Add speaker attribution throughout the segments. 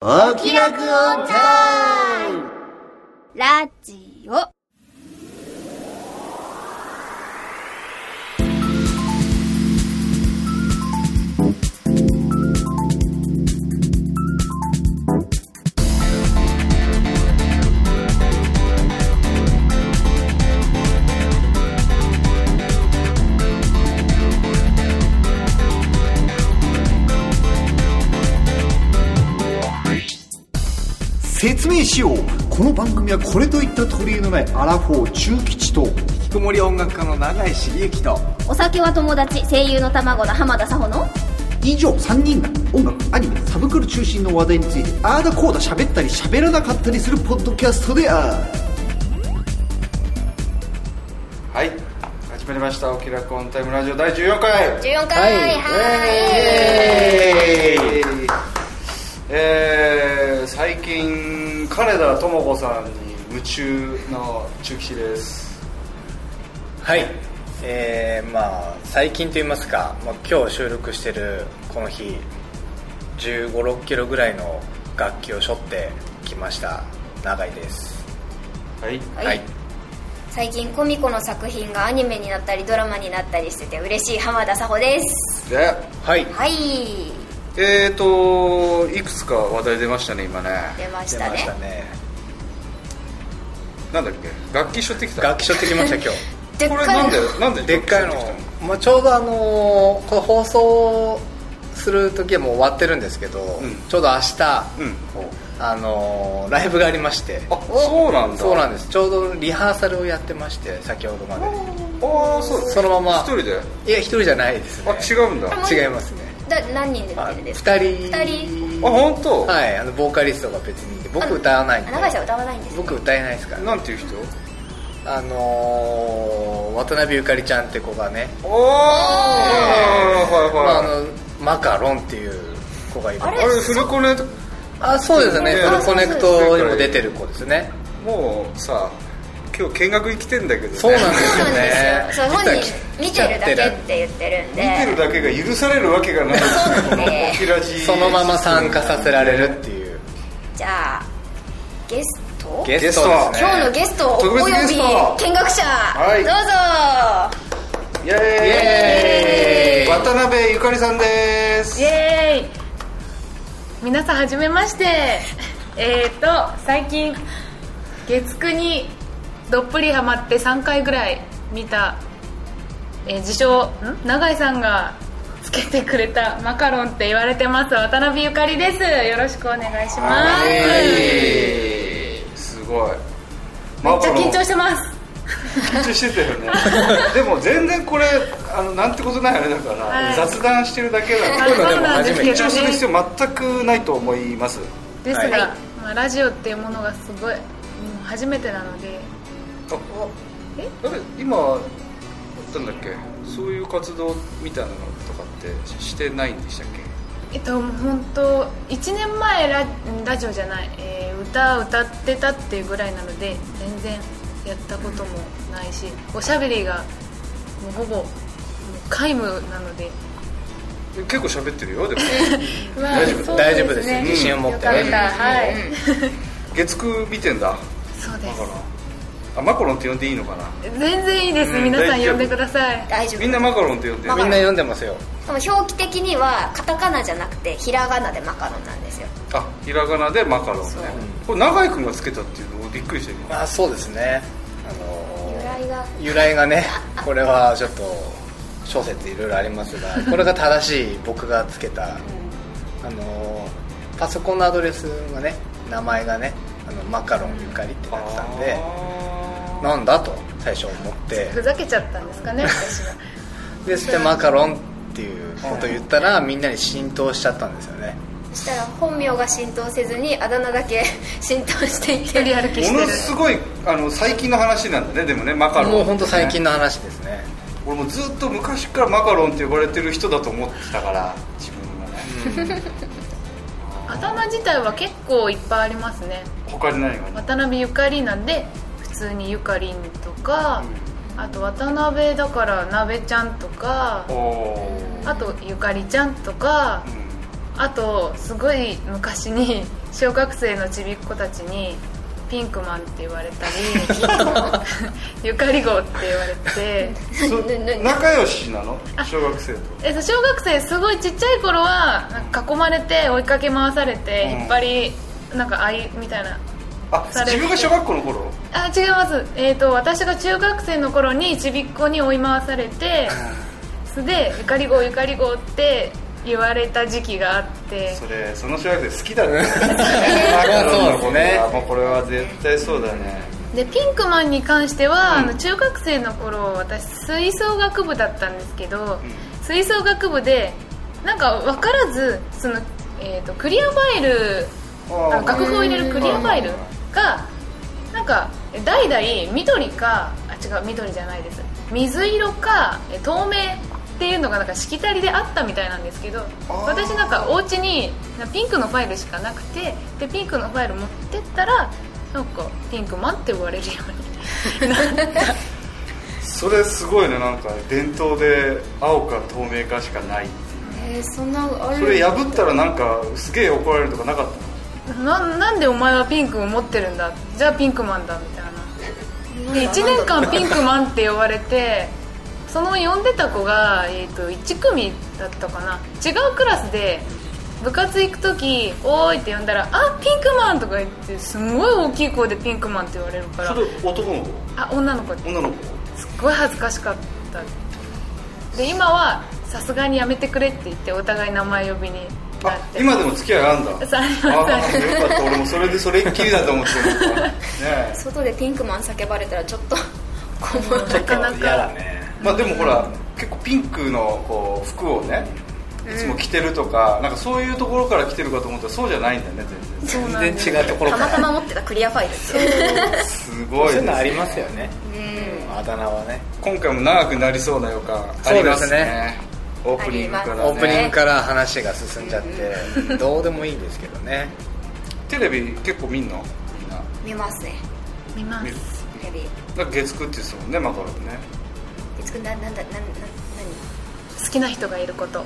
Speaker 1: お気楽オンタイム
Speaker 2: ラジオ。
Speaker 3: 説明しようこの番組はこれといった取り柄のないアラフォー中吉と
Speaker 4: ひきこもり音楽家の永井茂之と
Speaker 2: お酒は友達、声優の卵の浜田さほの。
Speaker 3: 以上3人が音楽アニメサブクル中心の話題についてああだこうだ喋ったり喋らなかったりするポッドキャストである
Speaker 4: はい始まりました「おきらくオンタイムラジオ」第14回
Speaker 2: 十四回。はい。
Speaker 4: えーえー最近金田智子さんに夢中の中吉です
Speaker 5: はい、えー、まあ最近と言いますか、まあ、今日収録してるこの日1 5 6キロぐらいの楽器を背負ってきました永井です
Speaker 4: はい
Speaker 2: はい最近コミコの作品がアニメになったりドラマになったりしてて嬉しい浜田さほです。
Speaker 4: で
Speaker 5: はい
Speaker 2: はい。
Speaker 4: えっ、ー、といくつか話題出ましたね今ね
Speaker 2: 出まし
Speaker 5: 出
Speaker 2: た
Speaker 5: ま
Speaker 2: ね
Speaker 5: し。たね
Speaker 4: なんだっけ楽器しょってきた
Speaker 5: 楽器背負ってきました今
Speaker 2: でっ
Speaker 4: これ
Speaker 2: か
Speaker 4: なんで
Speaker 2: いの。
Speaker 4: なんで
Speaker 5: 日でっかい
Speaker 4: 楽器背負ってきた
Speaker 5: の、まあ、ちょうどあのーこの放送する時はもう終わってるんですけど、
Speaker 4: ん
Speaker 5: ちょうど明日、
Speaker 4: うん
Speaker 5: あのーライブがありまして
Speaker 4: あそうなんだ
Speaker 5: そうなん
Speaker 4: だ
Speaker 5: ですちょうどリハーサルをやってまして先ほどまで
Speaker 4: ああそう
Speaker 5: そのまま
Speaker 4: 一人で
Speaker 5: いや一人じゃないですね
Speaker 4: あ違うんだあ
Speaker 5: 違いますね
Speaker 2: だ何人で出
Speaker 5: あ
Speaker 2: てるんですか。
Speaker 5: 二人
Speaker 2: 二人
Speaker 4: 本当
Speaker 5: はいあのボーカリストが別にいて僕歌わないんで
Speaker 2: あ永井さん歌わないんです。
Speaker 5: 僕歌えないですから
Speaker 4: なんていう人
Speaker 5: あのー、渡辺ゆかりちゃんって子がね、
Speaker 4: おーはい
Speaker 5: まあ、あ
Speaker 4: はい
Speaker 5: のマカロンっていう子がいる
Speaker 2: あ
Speaker 4: あれフルコネ
Speaker 5: あそうですね
Speaker 4: ね
Speaker 5: フルコネクトにも出てる子ですね
Speaker 4: もうさ今日見学に来てんだけどね
Speaker 5: そうなんです
Speaker 2: そうなんですよ。そう
Speaker 5: 実は
Speaker 2: 本
Speaker 5: 来
Speaker 2: 人見てるだけ
Speaker 5: 来ちゃ
Speaker 2: っ
Speaker 5: ってる
Speaker 2: て言ってるんで。
Speaker 4: 見てるだけが許されるわけがない
Speaker 2: そうなんで
Speaker 4: このオキラジ
Speaker 5: そのまま参加させられるっていう
Speaker 2: じゃあゲスト。
Speaker 5: ゲストですね
Speaker 2: 今日のゲストお
Speaker 4: 特
Speaker 2: よび
Speaker 4: 別ゲスト
Speaker 2: 見学者、ど
Speaker 4: い
Speaker 2: う
Speaker 4: イエーイ渡辺ゆかりさんです
Speaker 6: イエーイ皆さんはじめましてえーと最近月9にどっぷりハマって3回ぐらい見た、えー自称ん永井さんがつけてくれたマカロンって言われてます渡辺ゆかりですよろしくお願いします
Speaker 4: はいすごい
Speaker 6: めっちゃ緊張してます
Speaker 4: 緊張してたよね でも全然これあのなんてことないあれだから、
Speaker 6: はい
Speaker 4: 雑談してるだけだ
Speaker 6: あ
Speaker 4: か
Speaker 5: うので
Speaker 6: そ
Speaker 5: も
Speaker 6: うなんですけ
Speaker 4: ら緊
Speaker 6: ど
Speaker 4: 張する
Speaker 6: ね
Speaker 4: 必要全くないと思います
Speaker 6: ですが、
Speaker 5: は
Speaker 6: まあ、ラジオっていうものがすごい、うん初めてなので
Speaker 4: あ
Speaker 6: え
Speaker 4: あれ今なんだっけそういう活動みたいなのとかってししてないんでしたっ
Speaker 6: えっともう本当1年前ララジオじゃない、えー歌歌ってたっていうぐらいなので全然やったこともないしおしゃべりがもうほぼもう皆無なので
Speaker 4: け結構喋ってるよでも
Speaker 6: 大
Speaker 5: 丈夫大丈夫です
Speaker 6: ね
Speaker 5: 自信を持ってね
Speaker 6: よかったはい
Speaker 4: 月9見てんだ
Speaker 6: そう
Speaker 4: マ
Speaker 6: で
Speaker 4: カロンあマカロンって呼んでいいのかな
Speaker 6: す全然いいです、
Speaker 4: うん
Speaker 6: 皆さん
Speaker 4: 大丈夫
Speaker 6: 呼んでください
Speaker 2: ぞ大丈夫
Speaker 4: みんなマカロンって呼んでる
Speaker 2: マカ
Speaker 5: みん
Speaker 2: ロン
Speaker 5: な読んでますよ
Speaker 2: でも表記的にはカタカナじゃなくてひらがなでマカロンなんですよ
Speaker 4: あひらがなでマカロンね
Speaker 2: そう
Speaker 4: これ永井君がつけたっていうのびっくりしてる
Speaker 5: あそうですねあのー
Speaker 2: 由来が
Speaker 5: 由来がねこれはちょっと諸説いろいろありますがこれが正しい僕がつけた、あのパソコンのアドレスがね名前がねあのマカロンゆかりってなってたんでなんだと最初思って
Speaker 6: ふざけちゃったんですかね私 は
Speaker 5: でそしてマカロンっていうことを言ったらみんなに浸透しちゃったんですよね
Speaker 2: そしたら本名が浸透せずにあだ名だけ浸透してい
Speaker 6: 一人
Speaker 2: て
Speaker 6: 歩きし
Speaker 4: も
Speaker 6: て
Speaker 4: の
Speaker 6: る
Speaker 4: すごいあの最近の話なんだねでもねマカロン、
Speaker 5: もう本当最近の話ですね
Speaker 4: 俺もずっと昔からマカロンって呼ばれてる人だと思ってたから自分がね、
Speaker 6: 頭自体は結構いっぱいありますね
Speaker 4: 他に何が
Speaker 6: 渡辺ゆかりなんで普通にゆかりんとか、あと渡辺だからなべちゃんとか
Speaker 4: おー
Speaker 6: あとゆかりちゃんとか
Speaker 4: う、ん
Speaker 6: あとすごい昔に小学生のちびっ子たちにピンクマンって言われた りゆかり号って言われて
Speaker 4: そう仲良しなの小学生と
Speaker 6: えそう小学生すごいちっちゃい頃はなんか囲まれて追いかけ回されて
Speaker 4: うん
Speaker 6: 引っ張りなんか愛みたいな
Speaker 4: あ
Speaker 6: されて
Speaker 4: 自分が小学校の頃
Speaker 6: あ違います、えー、と私が中学生の頃にちびっ子に追い回されてそれで「ゆかり号ゆかり号」って言われた時期があって
Speaker 4: それその小学生好きだね
Speaker 5: そうですね
Speaker 4: もうこれは絶対そうだね
Speaker 6: でピンクマンに関しては、あの中学生の頃私吹奏楽部だったんですけど、吹奏楽部でなんか分からずその、えー、とクリアファイルあの楽譜を入れるクリアファイルがなんか代々緑かあ違う緑じゃないです水色かえ透明っていうのがなんかしきたりであったみたいなんですけど私なんかお家になピンクのファイルしかなくてでピンクのファイル持ってったらなんかピンクマンって言われるように
Speaker 4: それすごいねなんか伝統で青か透明かしかない
Speaker 2: えー、そんなあ
Speaker 4: それ破ったらなんかすげえ怒られるとかなかっ
Speaker 6: ななんでお前はピンクを持ってるんだじゃあピンクマンだみたいなで1年間ピンクマンって呼ばれてその呼んでた子が、えー、と1組だったかな違うクラスで部活行く時「おーい」って呼んだら「あピンクマン」とか言ってすごい大きい声でピンクマンって言われる
Speaker 4: た
Speaker 6: から
Speaker 4: のそれ男の
Speaker 6: あ女の子です
Speaker 4: 子女の子
Speaker 6: すっごい恥ずかしかったで今はさすがにやめてくれって言ってお互い名前呼びにな
Speaker 4: あ
Speaker 6: って
Speaker 4: 今でも付き合いあんだ
Speaker 6: そうあります
Speaker 4: あーよかった俺もそれでそれっきりだと思ってる のかねえ
Speaker 2: 外でピンクマン叫ばれたらちょっと困る
Speaker 5: ちょっと
Speaker 6: なかなか
Speaker 5: 嫌だね
Speaker 4: まあでもほら結構ピンクのこう服をねいつも着てるとかなんかそういうところから来てるかと思ったらそうじゃないんだよね全
Speaker 6: そうなん
Speaker 5: 全
Speaker 6: です
Speaker 5: 然違うところ
Speaker 2: た
Speaker 5: か
Speaker 2: ま
Speaker 5: ら
Speaker 2: たま持ってたクリアファイルっていう
Speaker 4: 然すごいで
Speaker 5: そうい
Speaker 4: す
Speaker 5: うのあり
Speaker 4: ね
Speaker 5: ますよねあだ名はね
Speaker 4: 今回も長くなりそうな予感ありますね
Speaker 5: そうですね
Speaker 4: オープニングからね
Speaker 5: オープニングから話が進んじゃってどうでもいいんですけどね
Speaker 4: テレビ結構見んのみんな
Speaker 2: 見ますね
Speaker 6: 見ま
Speaker 4: 見る
Speaker 6: す
Speaker 2: テレビ
Speaker 4: なんか月9って言ってたもんねマカロンね
Speaker 2: いつくんななんだなんなん
Speaker 6: 好きな人がいること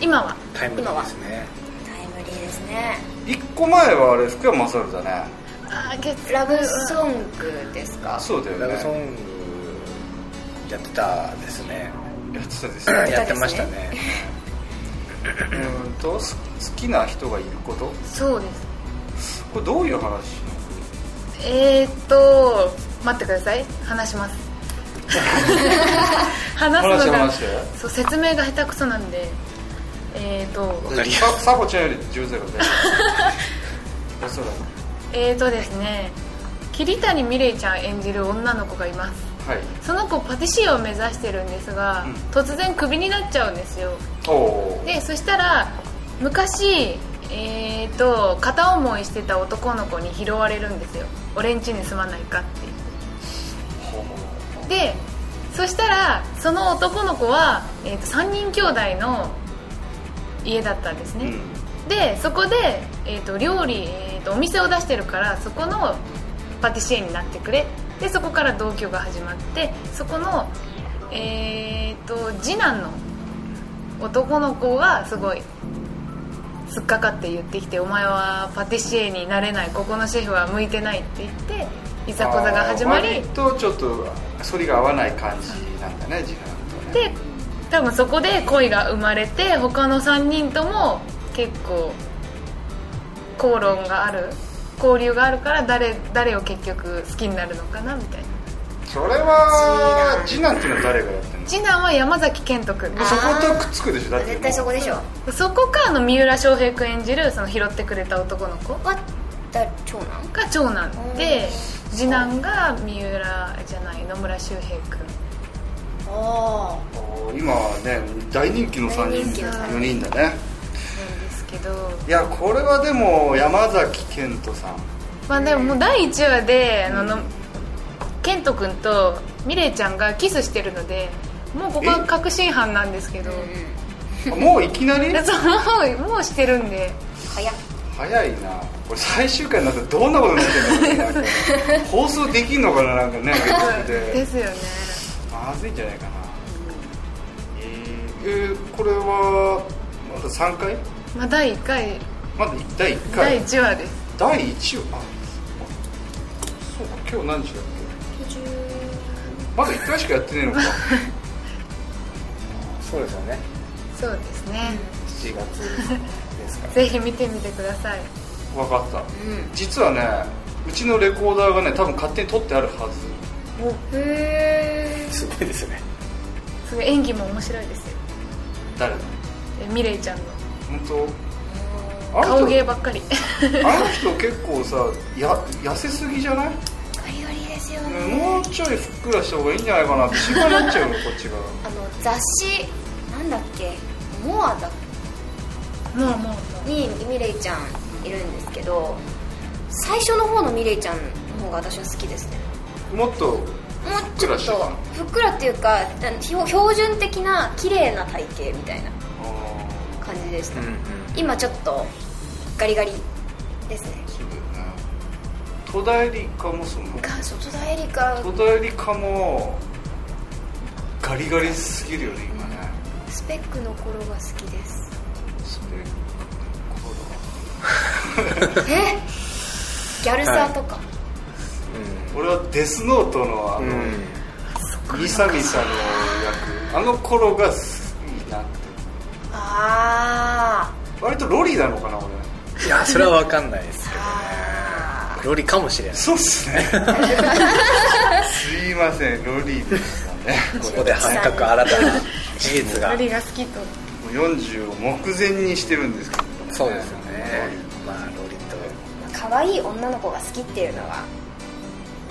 Speaker 6: 今は
Speaker 5: タイムリーですね
Speaker 2: 何タイムリーですね
Speaker 4: 一個前はあれ福山雅治だね
Speaker 6: あ月
Speaker 2: ラブソングですか
Speaker 4: そうだよね
Speaker 5: ラブソン
Speaker 4: や
Speaker 5: グやってたですね
Speaker 4: ってたですよね
Speaker 5: やってましたね
Speaker 4: うーんとす好きな人がいること
Speaker 6: そうです
Speaker 4: これどういう話
Speaker 6: えー、っと待ってください話します 話すのが
Speaker 4: 話して話して
Speaker 6: そう説明が下手くそなんでえー、っと
Speaker 5: わかりや
Speaker 4: さサボちゃんより上手だ から大丈夫おそら
Speaker 6: えー、っとですね桐谷美玲ちゃん演じる女の子がいます
Speaker 4: くはい
Speaker 6: その子パティシエを目指してるんですが、
Speaker 4: うん
Speaker 6: 突然クビになっちゃうんですよ
Speaker 4: おおー
Speaker 6: でそしたら昔えー、と片思いしてた男の子に拾われるんですよ俺ん家に住まないかって言って
Speaker 4: ほう
Speaker 6: でそしたらその男の子は、えー、と3人兄弟の家だったんですね、でそこで、えー、と料理、えー、とお店を出してるからそこのパティシエになってくれでそこから同居が始まってそこのえー、と次男の男の子がすごい突っかかって言ってきて「お前はパティシエになれないここのシェフは向いてない」って言っていざこざが始ま
Speaker 4: あー
Speaker 6: り
Speaker 4: 割とちょっと反りが合わない感じなんだね自分とね
Speaker 6: で多分そこで恋が生まれて他の3人とも結構口論がある交流があるから誰誰を結局好きになるのかなみたいな
Speaker 4: それは次男っていうのは誰がやってんの
Speaker 6: 次男は山崎賢人君
Speaker 2: あ
Speaker 4: そことはくっつくでしょだって
Speaker 2: 絶対そこでしょ
Speaker 6: そこかあの三浦翔平君演じるその拾ってくれた男の子
Speaker 2: はだ長男
Speaker 6: が長男で次男が三浦じゃない野村周平君
Speaker 2: あ
Speaker 4: おー今はね大人気の3
Speaker 2: 大人
Speaker 4: 人
Speaker 2: 気の三
Speaker 4: 4人だね
Speaker 6: なんですけど
Speaker 4: いやこれはでも山崎賢人さん
Speaker 6: まあでももう第1話で、あのケント君とミレイちゃんがキスしてるのでもうここは確信犯なんですけど
Speaker 4: あもういきなり
Speaker 6: でそのもうしてるんで
Speaker 2: 早っ
Speaker 4: 早いなこれ最終回になったらどんなことになってんのなんか放送できんのかななんかね別
Speaker 6: で
Speaker 4: です
Speaker 6: よね
Speaker 4: まずいんじゃないかなえーえーこれはまだ3回
Speaker 6: まあ、第1回
Speaker 4: まだ第1
Speaker 6: 第
Speaker 4: 回
Speaker 6: 1話です
Speaker 4: 第1話あそうか今日何時だっけまだ1回しかやってねえのか
Speaker 5: そうですよね
Speaker 6: そうですね、
Speaker 5: 7月ですか
Speaker 6: ぜひ見てみてください
Speaker 4: 分かった、実はねうちのレコーダーがね多分勝手に撮ってあるはず
Speaker 2: へ
Speaker 5: すごいですね
Speaker 6: すごい演技も面白いですよ
Speaker 4: 誰だ
Speaker 6: えミレイちゃんの
Speaker 4: 本当あ
Speaker 6: 顔
Speaker 4: の
Speaker 6: 芸
Speaker 4: 人
Speaker 6: ばっ かり
Speaker 4: あの人結構さや痩せすぎじゃない
Speaker 2: ーガリガリですよね
Speaker 4: もうちょいふっくらした方がいいんじゃないかなって心配になっちゃうよこっちが
Speaker 2: あの雑誌なんだっけモアだっ
Speaker 6: もうもうもう
Speaker 2: けにミレイちゃんいるんですけど最初の方のミレイちゃんの方が私は好きですね
Speaker 4: もっと
Speaker 2: も
Speaker 4: ふ
Speaker 2: う
Speaker 4: っ
Speaker 2: ち
Speaker 4: く
Speaker 2: ょ
Speaker 4: ら
Speaker 2: っ
Speaker 4: してた
Speaker 2: と
Speaker 4: の
Speaker 2: ふっくらっていうかあのひょ標準的な綺麗な体型みたいな
Speaker 4: あ
Speaker 2: 感じでした、
Speaker 5: うんうん
Speaker 2: 今ちょっとガリガリですね
Speaker 4: ーそうだよね戸田恵梨香もそうなの
Speaker 2: が外田エリカ
Speaker 4: 戸田恵梨香もガリガリすぎるよね今ね
Speaker 2: スペックの頃が好きです
Speaker 4: スペックコロ
Speaker 2: えギャルサーとか、
Speaker 4: 俺はデスノートのあ
Speaker 5: うん、うん
Speaker 4: の、ミサミサの役あの頃がいいなって
Speaker 2: あ
Speaker 4: 割とロリなのかな俺
Speaker 5: いやそれは分かんないですけ
Speaker 2: あ
Speaker 5: どロリかも しれない
Speaker 4: そうっすねすいませんロリでしたね
Speaker 5: こ
Speaker 4: こ
Speaker 5: こ
Speaker 4: れ
Speaker 5: で半角新たな事実が
Speaker 6: ノリが好きと
Speaker 4: もう40を目前にしてるんですけど
Speaker 5: そうですよねまあロリと
Speaker 2: ー可愛い女の子が好きっていうのは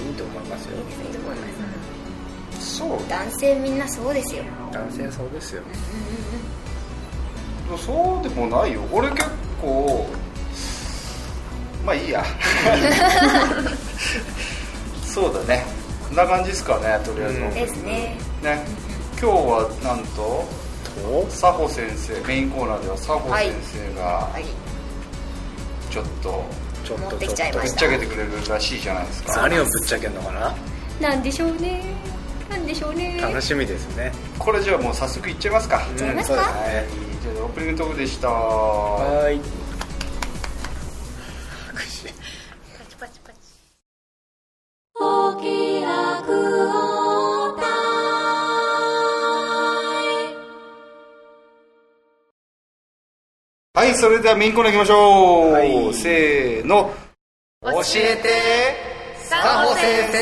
Speaker 2: い
Speaker 5: いと思いますよ
Speaker 2: いいと思います
Speaker 4: そう
Speaker 2: 男性みんなそうですよ
Speaker 5: 男性そうですよ
Speaker 4: そうでもないよ俺結構まあいいやそうだねこんな感じですかねとりあえず、
Speaker 5: うん
Speaker 2: ですね
Speaker 4: ね今日はなんと
Speaker 5: と
Speaker 4: 佐保先生メインコーナーでは佐保先生が
Speaker 2: はい
Speaker 4: ちょっと
Speaker 5: ちょっ
Speaker 2: 持
Speaker 5: と
Speaker 2: って
Speaker 5: ちょ
Speaker 2: きちゃ
Speaker 5: っ
Speaker 2: い
Speaker 5: と
Speaker 2: ま
Speaker 4: ぶっ
Speaker 2: し
Speaker 4: ちゃけてくれるらしいじゃないですか
Speaker 5: 何をぶっちゃけんのかな
Speaker 2: なんでしょうねなんでしょうね
Speaker 5: 楽しみですね
Speaker 4: これじゃあもう早速いっちゃいますか、
Speaker 5: うん
Speaker 2: ちゃいます
Speaker 5: そ
Speaker 2: か
Speaker 5: うです
Speaker 4: はい
Speaker 5: ね
Speaker 4: じゃあオープニングトークでした
Speaker 5: はーい拍手
Speaker 6: パチパチパチ
Speaker 1: お気楽オタ
Speaker 4: はいそれではメインコーナー行きましょう、
Speaker 5: はい
Speaker 4: せーの
Speaker 6: 教
Speaker 4: 教えて佐保先生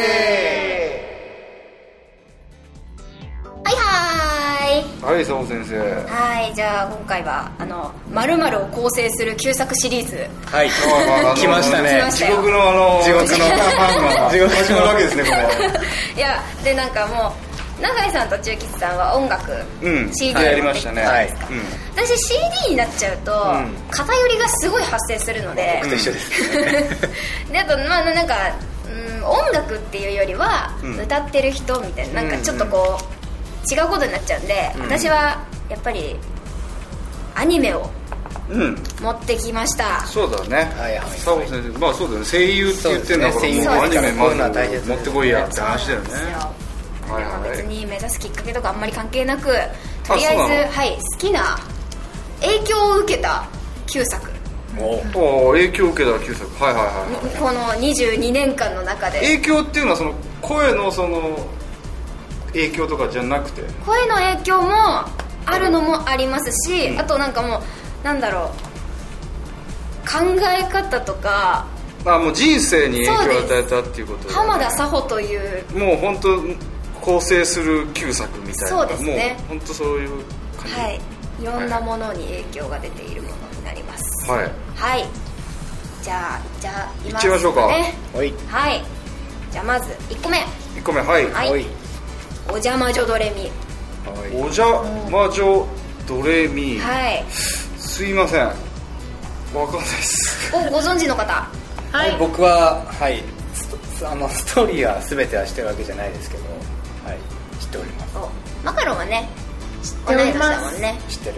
Speaker 2: はいはーい
Speaker 4: はい、佐保先生。 ま
Speaker 2: はいじゃあ今回はあの〇〇を構成する旧作シリーズ
Speaker 5: はい
Speaker 4: あまあ
Speaker 5: 来ました
Speaker 2: 来
Speaker 5: ね
Speaker 2: まし
Speaker 4: 地獄のあの、
Speaker 5: 地獄の
Speaker 4: ファンが、
Speaker 5: 地獄の
Speaker 4: 始まるわけですね、こ
Speaker 2: いやでなんかもう永井さんと中吉さんは音楽、
Speaker 4: れ。うん、
Speaker 2: CD
Speaker 4: やりましたね。
Speaker 5: はい
Speaker 4: うん
Speaker 2: 私 CD になっちゃうと、
Speaker 5: う
Speaker 2: 偏りがすごい発生するので、
Speaker 5: 僕と一緒です
Speaker 2: であとまあなんか、うん、音楽っていうよりは、
Speaker 4: うん
Speaker 2: 歌ってる人みたいななんかちょっとこう、違うことになっちゃうんで、私はやっぱりアニメを
Speaker 4: うん、
Speaker 2: 持ってきました
Speaker 4: そうだね。
Speaker 5: はいはい
Speaker 4: 佐保先生、まあそうだよね、声優って言ってんだか
Speaker 5: そうですね
Speaker 4: ら、もうアニメ
Speaker 5: 声優
Speaker 4: まず持ってこいやって話だよね。
Speaker 2: ま
Speaker 4: はい
Speaker 2: あ
Speaker 4: はい
Speaker 2: 別に目指すきっかけとかあんまり関係なくとりあえ
Speaker 4: そうな
Speaker 2: ず
Speaker 4: の
Speaker 2: はい好きな影響を受けた旧作
Speaker 5: おう
Speaker 4: おお影響を受けた旧作。はいはいは
Speaker 2: この22年間の中
Speaker 4: い。
Speaker 2: で
Speaker 4: 影響っていうのは、その、声のその、影響とかじゃなくて。
Speaker 2: 声の影響もあるのもありますし、
Speaker 4: うん
Speaker 2: あとなんかもうなんだろう考え方とか
Speaker 4: まあもう人生に影響を与えたっていうことだよね
Speaker 2: 浜田作法という
Speaker 4: もう本当構成する旧作みたいな
Speaker 2: そうですね
Speaker 4: もう本当そういう感じ
Speaker 2: はいいろんなものに影響が出ているものになります
Speaker 4: はい、
Speaker 2: はいじゃあじゃあ
Speaker 4: 行っちゃいましょうか
Speaker 2: ね
Speaker 5: おい
Speaker 2: はいじゃあまず1個目
Speaker 4: 1個目はい、
Speaker 2: はい
Speaker 5: おい
Speaker 2: お邪魔女ドレミ
Speaker 5: おい
Speaker 4: おじゃ魔女ドレミ、
Speaker 2: はい
Speaker 4: すいませんわかんないっす
Speaker 2: をご存知の方
Speaker 6: はい
Speaker 5: 僕ははいストスあのストーリーは全てはしてるわけじゃないですけどはい知っております
Speaker 2: おマカロンはね知って
Speaker 6: ております
Speaker 2: だもんね
Speaker 5: 知ってる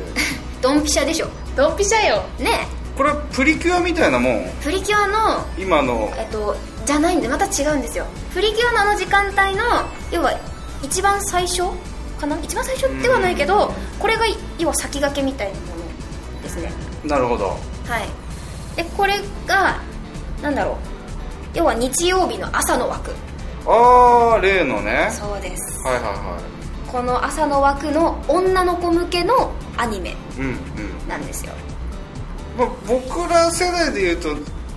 Speaker 2: ドンピシャでしょ
Speaker 6: ドンピシャよ
Speaker 2: ね
Speaker 4: これプリキュアみたいなもん
Speaker 2: プリキュアの
Speaker 4: 今の
Speaker 2: えっと、じゃないんでまた違うんですよプリキュアのあの時間帯の要は一番最初かな一番最初ではないけどこれがい要は先駆けみたいなものですね
Speaker 4: なるほど
Speaker 2: はい、でこれがなんだろう要は日曜日の朝の枠
Speaker 4: ああ例のね
Speaker 2: そうです
Speaker 4: はいはいは
Speaker 2: この朝の枠の女の子向けのアニメ
Speaker 4: いうんうん、
Speaker 2: なんですよ
Speaker 4: まあ、僕ら世代でいうと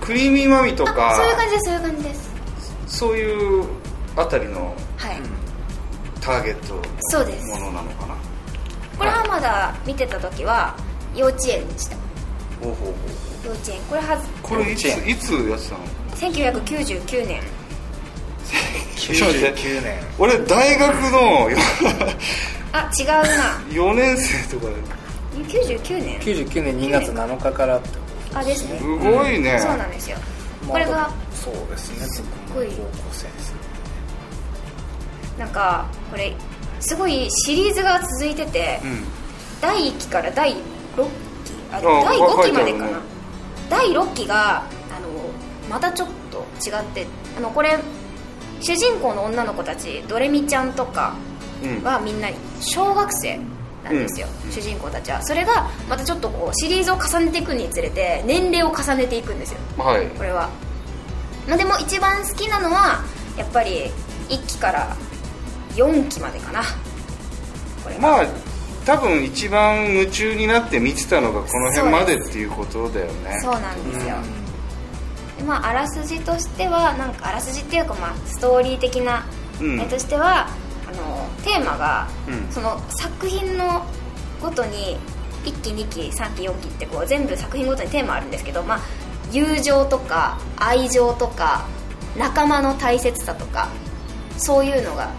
Speaker 4: クリーミーマミとか
Speaker 2: あそういう感じですそういう感じです
Speaker 4: そういうあたりの
Speaker 2: はい、
Speaker 4: ターゲット
Speaker 2: そうです
Speaker 4: ものなのかな
Speaker 2: これ浜田見てた時は幼稚園でした
Speaker 4: ほうほうほう
Speaker 2: 幼稚園これはず
Speaker 4: これいついつやってたの
Speaker 2: 1999年
Speaker 5: 99年
Speaker 4: 俺大学の
Speaker 2: あ違うな
Speaker 4: 4年生とかで
Speaker 2: 99年
Speaker 5: 99年2月7日からってこと
Speaker 2: あですね
Speaker 4: すごいね、
Speaker 2: そうなんですよ
Speaker 5: まあ
Speaker 2: これが
Speaker 5: そうですね
Speaker 2: ご
Speaker 5: 僕
Speaker 2: い
Speaker 5: も高校生です
Speaker 2: なんかこれすごいシリーズが続いてて、
Speaker 4: うん
Speaker 2: 第1期から第6期あ
Speaker 4: あ
Speaker 2: 第
Speaker 4: わ
Speaker 2: 5
Speaker 4: 書
Speaker 2: 期
Speaker 4: いて
Speaker 2: ま
Speaker 4: あ
Speaker 2: で
Speaker 4: るね
Speaker 2: かな、第6期があのまたちょっと違ってあのこれ主人公の女の子たちドレミちゃんとか
Speaker 4: うん
Speaker 2: はみんな小学生なんですよ、主人公たちはそれがまたちょっとこうシリーズを重ねていくにつれて年齢を重ねていくんですよ
Speaker 4: はい
Speaker 2: これは、まあ、でも一番好きなのはやっぱり1期から4期までかなこれは
Speaker 4: まあ多分一番夢中になって見てたのがこの辺までっていうことだよね
Speaker 2: そうなんですよ、でまあ、あらすじとしてはなんかあらすじっていうか、まあ、ストーリー的な
Speaker 4: うん
Speaker 2: 絵としては、あのテーマが、
Speaker 4: うん
Speaker 2: その作品のごとに1期2期3期4期ってこう全部作品ごとにテーマあるんですけど、まあ、友情とか愛情とか仲間の大切さとかそういうのが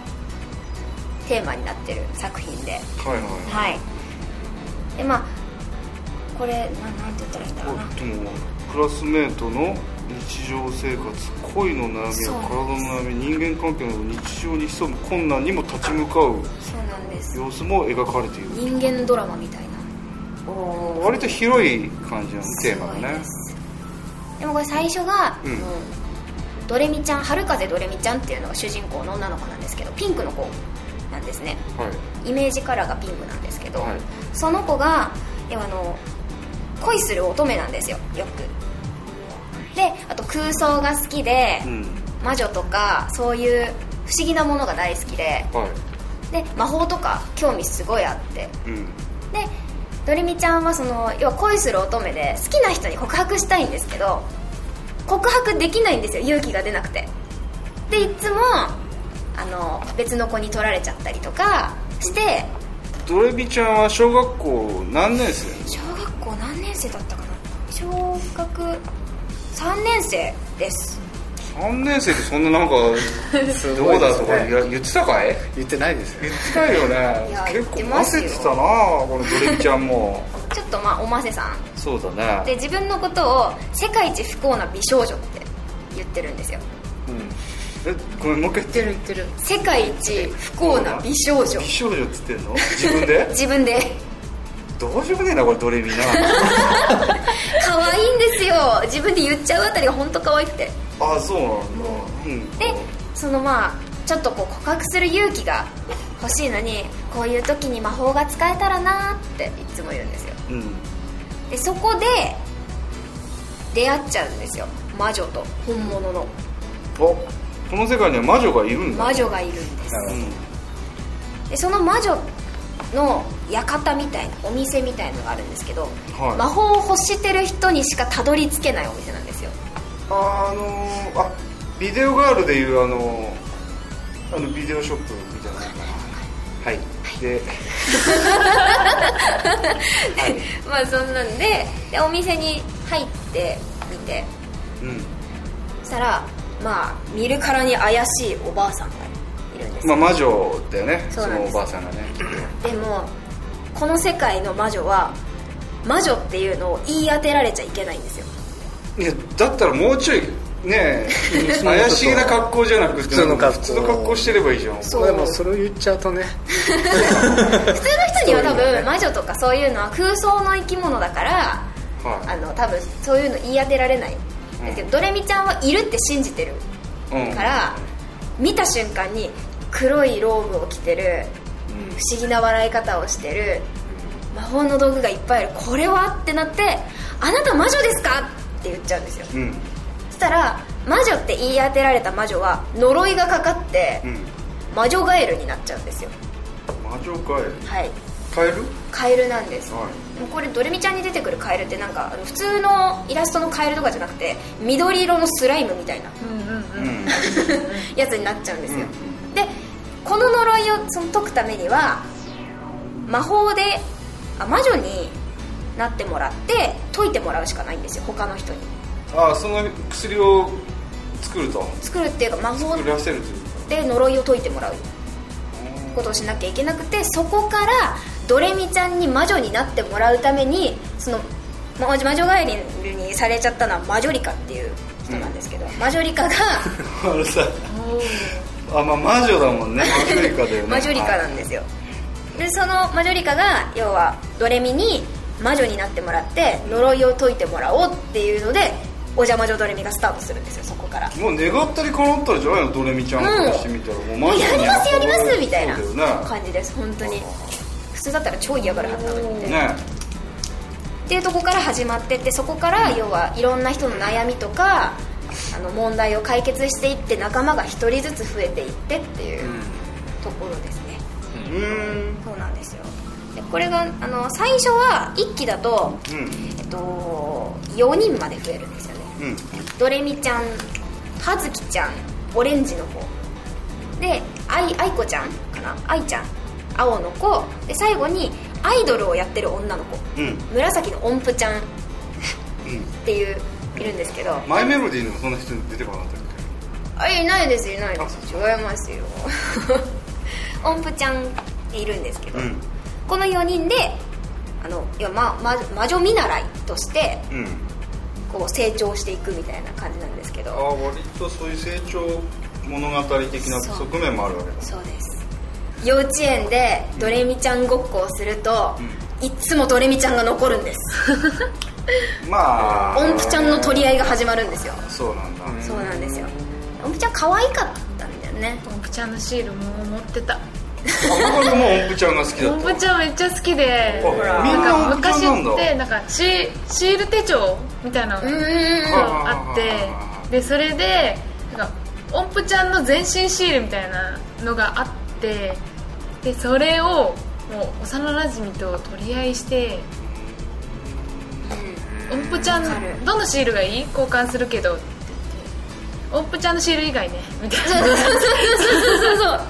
Speaker 2: テーマになってる作品で。
Speaker 4: はいはいはい
Speaker 2: はいでまあこれななんて言ったらいいんだろうな
Speaker 4: あでもクラスメートの日常生活恋の悩みや
Speaker 2: そう
Speaker 4: 体の悩み人間関係など日常に潜む困難にも立ち向かう
Speaker 2: そうなんです
Speaker 4: 様子も描かれている
Speaker 2: 人間ドラマみたいな
Speaker 4: 割と広い感じのテーマだね
Speaker 2: すごいですでもこれ最初が、
Speaker 4: うん
Speaker 2: あのドレミちゃん春風ドレミちゃんっていうのが主人公の女の子なんですけどピンクの子なんですね
Speaker 4: はい
Speaker 2: イメージカラーがピンクなんですけど、
Speaker 4: はい
Speaker 2: その子が要はあの恋する乙女なんですよよくであと空想が好きで、
Speaker 4: うん
Speaker 2: 魔女とかそういう不思議なものが大好きで
Speaker 4: はい
Speaker 2: で魔法とか興味すごいあって
Speaker 4: うん
Speaker 2: でドレミちゃんはその要は恋する乙女で好きな人に告白したいんですけど告白できないんですよ勇気が出なくてでいつもあの別の子に取られちゃったりとかして
Speaker 4: ドレビちゃんは小学校何年生
Speaker 2: 小学校何年生だったかな小学3年生です
Speaker 4: 3年生でそんななんかどうだとかいや言ってたかい
Speaker 5: 言ってないですよ
Speaker 4: 言ってたよね
Speaker 2: いや
Speaker 4: 結
Speaker 2: 言って
Speaker 4: 構
Speaker 2: ます
Speaker 4: 焦
Speaker 2: よ
Speaker 4: ってたなこのドレビちゃんも
Speaker 2: ちょっとまあおませさん
Speaker 4: そうだ
Speaker 2: で
Speaker 4: ね
Speaker 2: 自分のことを世界一不幸な美少女って言ってるんですよ
Speaker 4: えこれもう一回言って
Speaker 6: 言ってる
Speaker 2: 世界一不幸な美少女
Speaker 4: 美少女っつってんの自分で
Speaker 2: 自分で
Speaker 4: どうしようもねえなこれドレミな
Speaker 2: 可愛いんですよ自分で言っちゃうあたりが本当可愛くて
Speaker 4: あそうなんだうん
Speaker 2: でそのまあちょっとこう告白する勇気が欲しいのにこういう時に魔法が使えたらなっていつも言うんですよ
Speaker 4: うん
Speaker 2: でそこで出会っちゃうんですよ魔女と本物の
Speaker 4: おこの世界には魔女がいるんだ
Speaker 2: 魔女がいるんです
Speaker 5: なるほど
Speaker 2: でその魔女の館みたいなお店みたいのがあるんですけど、
Speaker 4: はい
Speaker 2: 魔法を欲してる人にしかたどり着けないお店なんですよ
Speaker 4: あのー、あビデオガールでいうあのー、あのビデオショップみたいなはいで
Speaker 2: まあそんなんででお店に入ってみて
Speaker 4: うん
Speaker 2: そしたらまあ見るからに怪しいおばあさんがいるんです
Speaker 4: ま
Speaker 2: よ
Speaker 4: あ魔女だよね
Speaker 2: そ
Speaker 4: そう
Speaker 2: なん
Speaker 4: の
Speaker 2: で
Speaker 4: お
Speaker 2: す
Speaker 4: ばあさんがね
Speaker 2: でもこの世界の魔女は魔女っていうのを言い当てられちゃいけないん ですよ
Speaker 4: いやだったらもうちょいねえ怪しげな格好じゃなくて
Speaker 5: 普通の格好
Speaker 4: 普通の格好してればいいじゃん
Speaker 2: そう
Speaker 5: でもそれを言っちゃうとね
Speaker 2: 普通の人には多分魔女とかそういうのは空想の生き物だからあ
Speaker 4: は
Speaker 2: の多分そういうの言い当てられない
Speaker 4: うん
Speaker 2: ですけど、ドレミちゃんはいるって信じてる
Speaker 4: い、うん、
Speaker 2: から、見た瞬間に黒いローブを着てる、不思議な笑い方をしてる魔法の道具がいっぱいあるこれはってなって「あなた魔女ですか?」って言っちゃうんですよ
Speaker 4: うん
Speaker 2: そしたら魔女って言い当てられた魔女は呪いがかかって
Speaker 4: うん
Speaker 2: 魔女ガエルになっちゃうんですよ
Speaker 4: 魔女カエル
Speaker 2: はい
Speaker 4: カエル
Speaker 2: カエルなんです、
Speaker 4: は
Speaker 2: もうこれドレミちゃんに出てくるカエルってなんかあの普通のイラストのカエルとかじゃなくて緑色のスライムみたいな
Speaker 6: うんうんうん
Speaker 4: うん
Speaker 2: やつになっちゃうんですよ、
Speaker 4: う
Speaker 2: でこの呪いをその解くためには魔法であ魔女になってもらって解いてもらうしかないんですよ他の人に
Speaker 4: ああその薬を作ると
Speaker 2: 作るっていうか魔法
Speaker 4: 作らせるという
Speaker 2: で呪いを解いてもらうことをしなきゃいけなくてそこからドレミちゃんに魔女になってもらうためにそのま魔女帰りにされちゃったのはマジョリカっていう人なんですけど、マジョリカが
Speaker 4: あれさ あまあ魔女だもんねマジョリカだよね
Speaker 2: マジョリカなんですよでそのマジョリカが要はドレミに魔女になってもらって呪いを解いてもらおうっていうのでお邪魔女ドレミがスタートするんですよそこから
Speaker 4: もう願ったり叶ったりじゃないのドレミちゃんからしてみたらもう魔女
Speaker 2: やりますやりますみたいな
Speaker 4: そうだよ
Speaker 2: 感じです本当に普通だったら超嫌がるはずなのにみたいな
Speaker 4: ねね
Speaker 2: っていうとこから始まってってそこから要はいろんな人の悩みとかあの問題を解決していって仲間が一人ずつ増えていってっていうところですね
Speaker 4: うーん
Speaker 2: そうなんですよでこれがあの最初は1期だと、
Speaker 4: うん
Speaker 2: えっと、4人まで増えるんですよね
Speaker 4: うん
Speaker 2: ドレミちゃん葉月ちゃんオレンジの子であいあいこちゃんかなあいちゃん青の子で最後にアイドルをやってる女の子
Speaker 4: うん
Speaker 2: 紫の音符ちゃんっていういるんですけど
Speaker 4: マイメロディーにもそんな人出てこなかったっ
Speaker 2: あいないですいないです違いますよ 音符ちゃんっているんですけ
Speaker 4: け
Speaker 2: ど、
Speaker 4: うん
Speaker 2: この4人であのいや、まま、魔女見習いとして
Speaker 4: うん
Speaker 2: こう成長していくみたいな感じなんですけ
Speaker 4: あ
Speaker 2: ど
Speaker 4: あ割とそういう成長物語的な
Speaker 2: そう
Speaker 4: 側面もあるわけだ
Speaker 2: そうです幼稚園でドレミちゃんごっこをすると、いっつもドレミちゃんが残るん です
Speaker 4: まあ
Speaker 2: 音符ちゃんの取り合いが始まるんですよ
Speaker 4: そうなんだ
Speaker 2: そうなんですよ音符ちゃん可愛かったんだよね
Speaker 6: ポンプちゃんのシールも持ってた
Speaker 4: あ僕はもう音符ちゃんが好きだ
Speaker 6: ポ
Speaker 4: っ
Speaker 6: ン
Speaker 4: た
Speaker 6: プちゃんめっちゃ好きで
Speaker 4: ほらみんな
Speaker 6: なんか
Speaker 4: 音符ちゃんな
Speaker 6: 昔
Speaker 4: んだ
Speaker 6: ってなんかシシール手帳みたいなの
Speaker 2: う
Speaker 6: が
Speaker 2: んうんうん
Speaker 6: あってでそれでなんか音符ちゃんの全身シールみたいなのがあってでそれをもう幼なじみと取り合いして音符ちゃ
Speaker 2: わかる
Speaker 6: んどのシールがいい交換するけどって言って音符ちゃんのシール以外ねみた い
Speaker 2: そ
Speaker 6: な
Speaker 2: うそう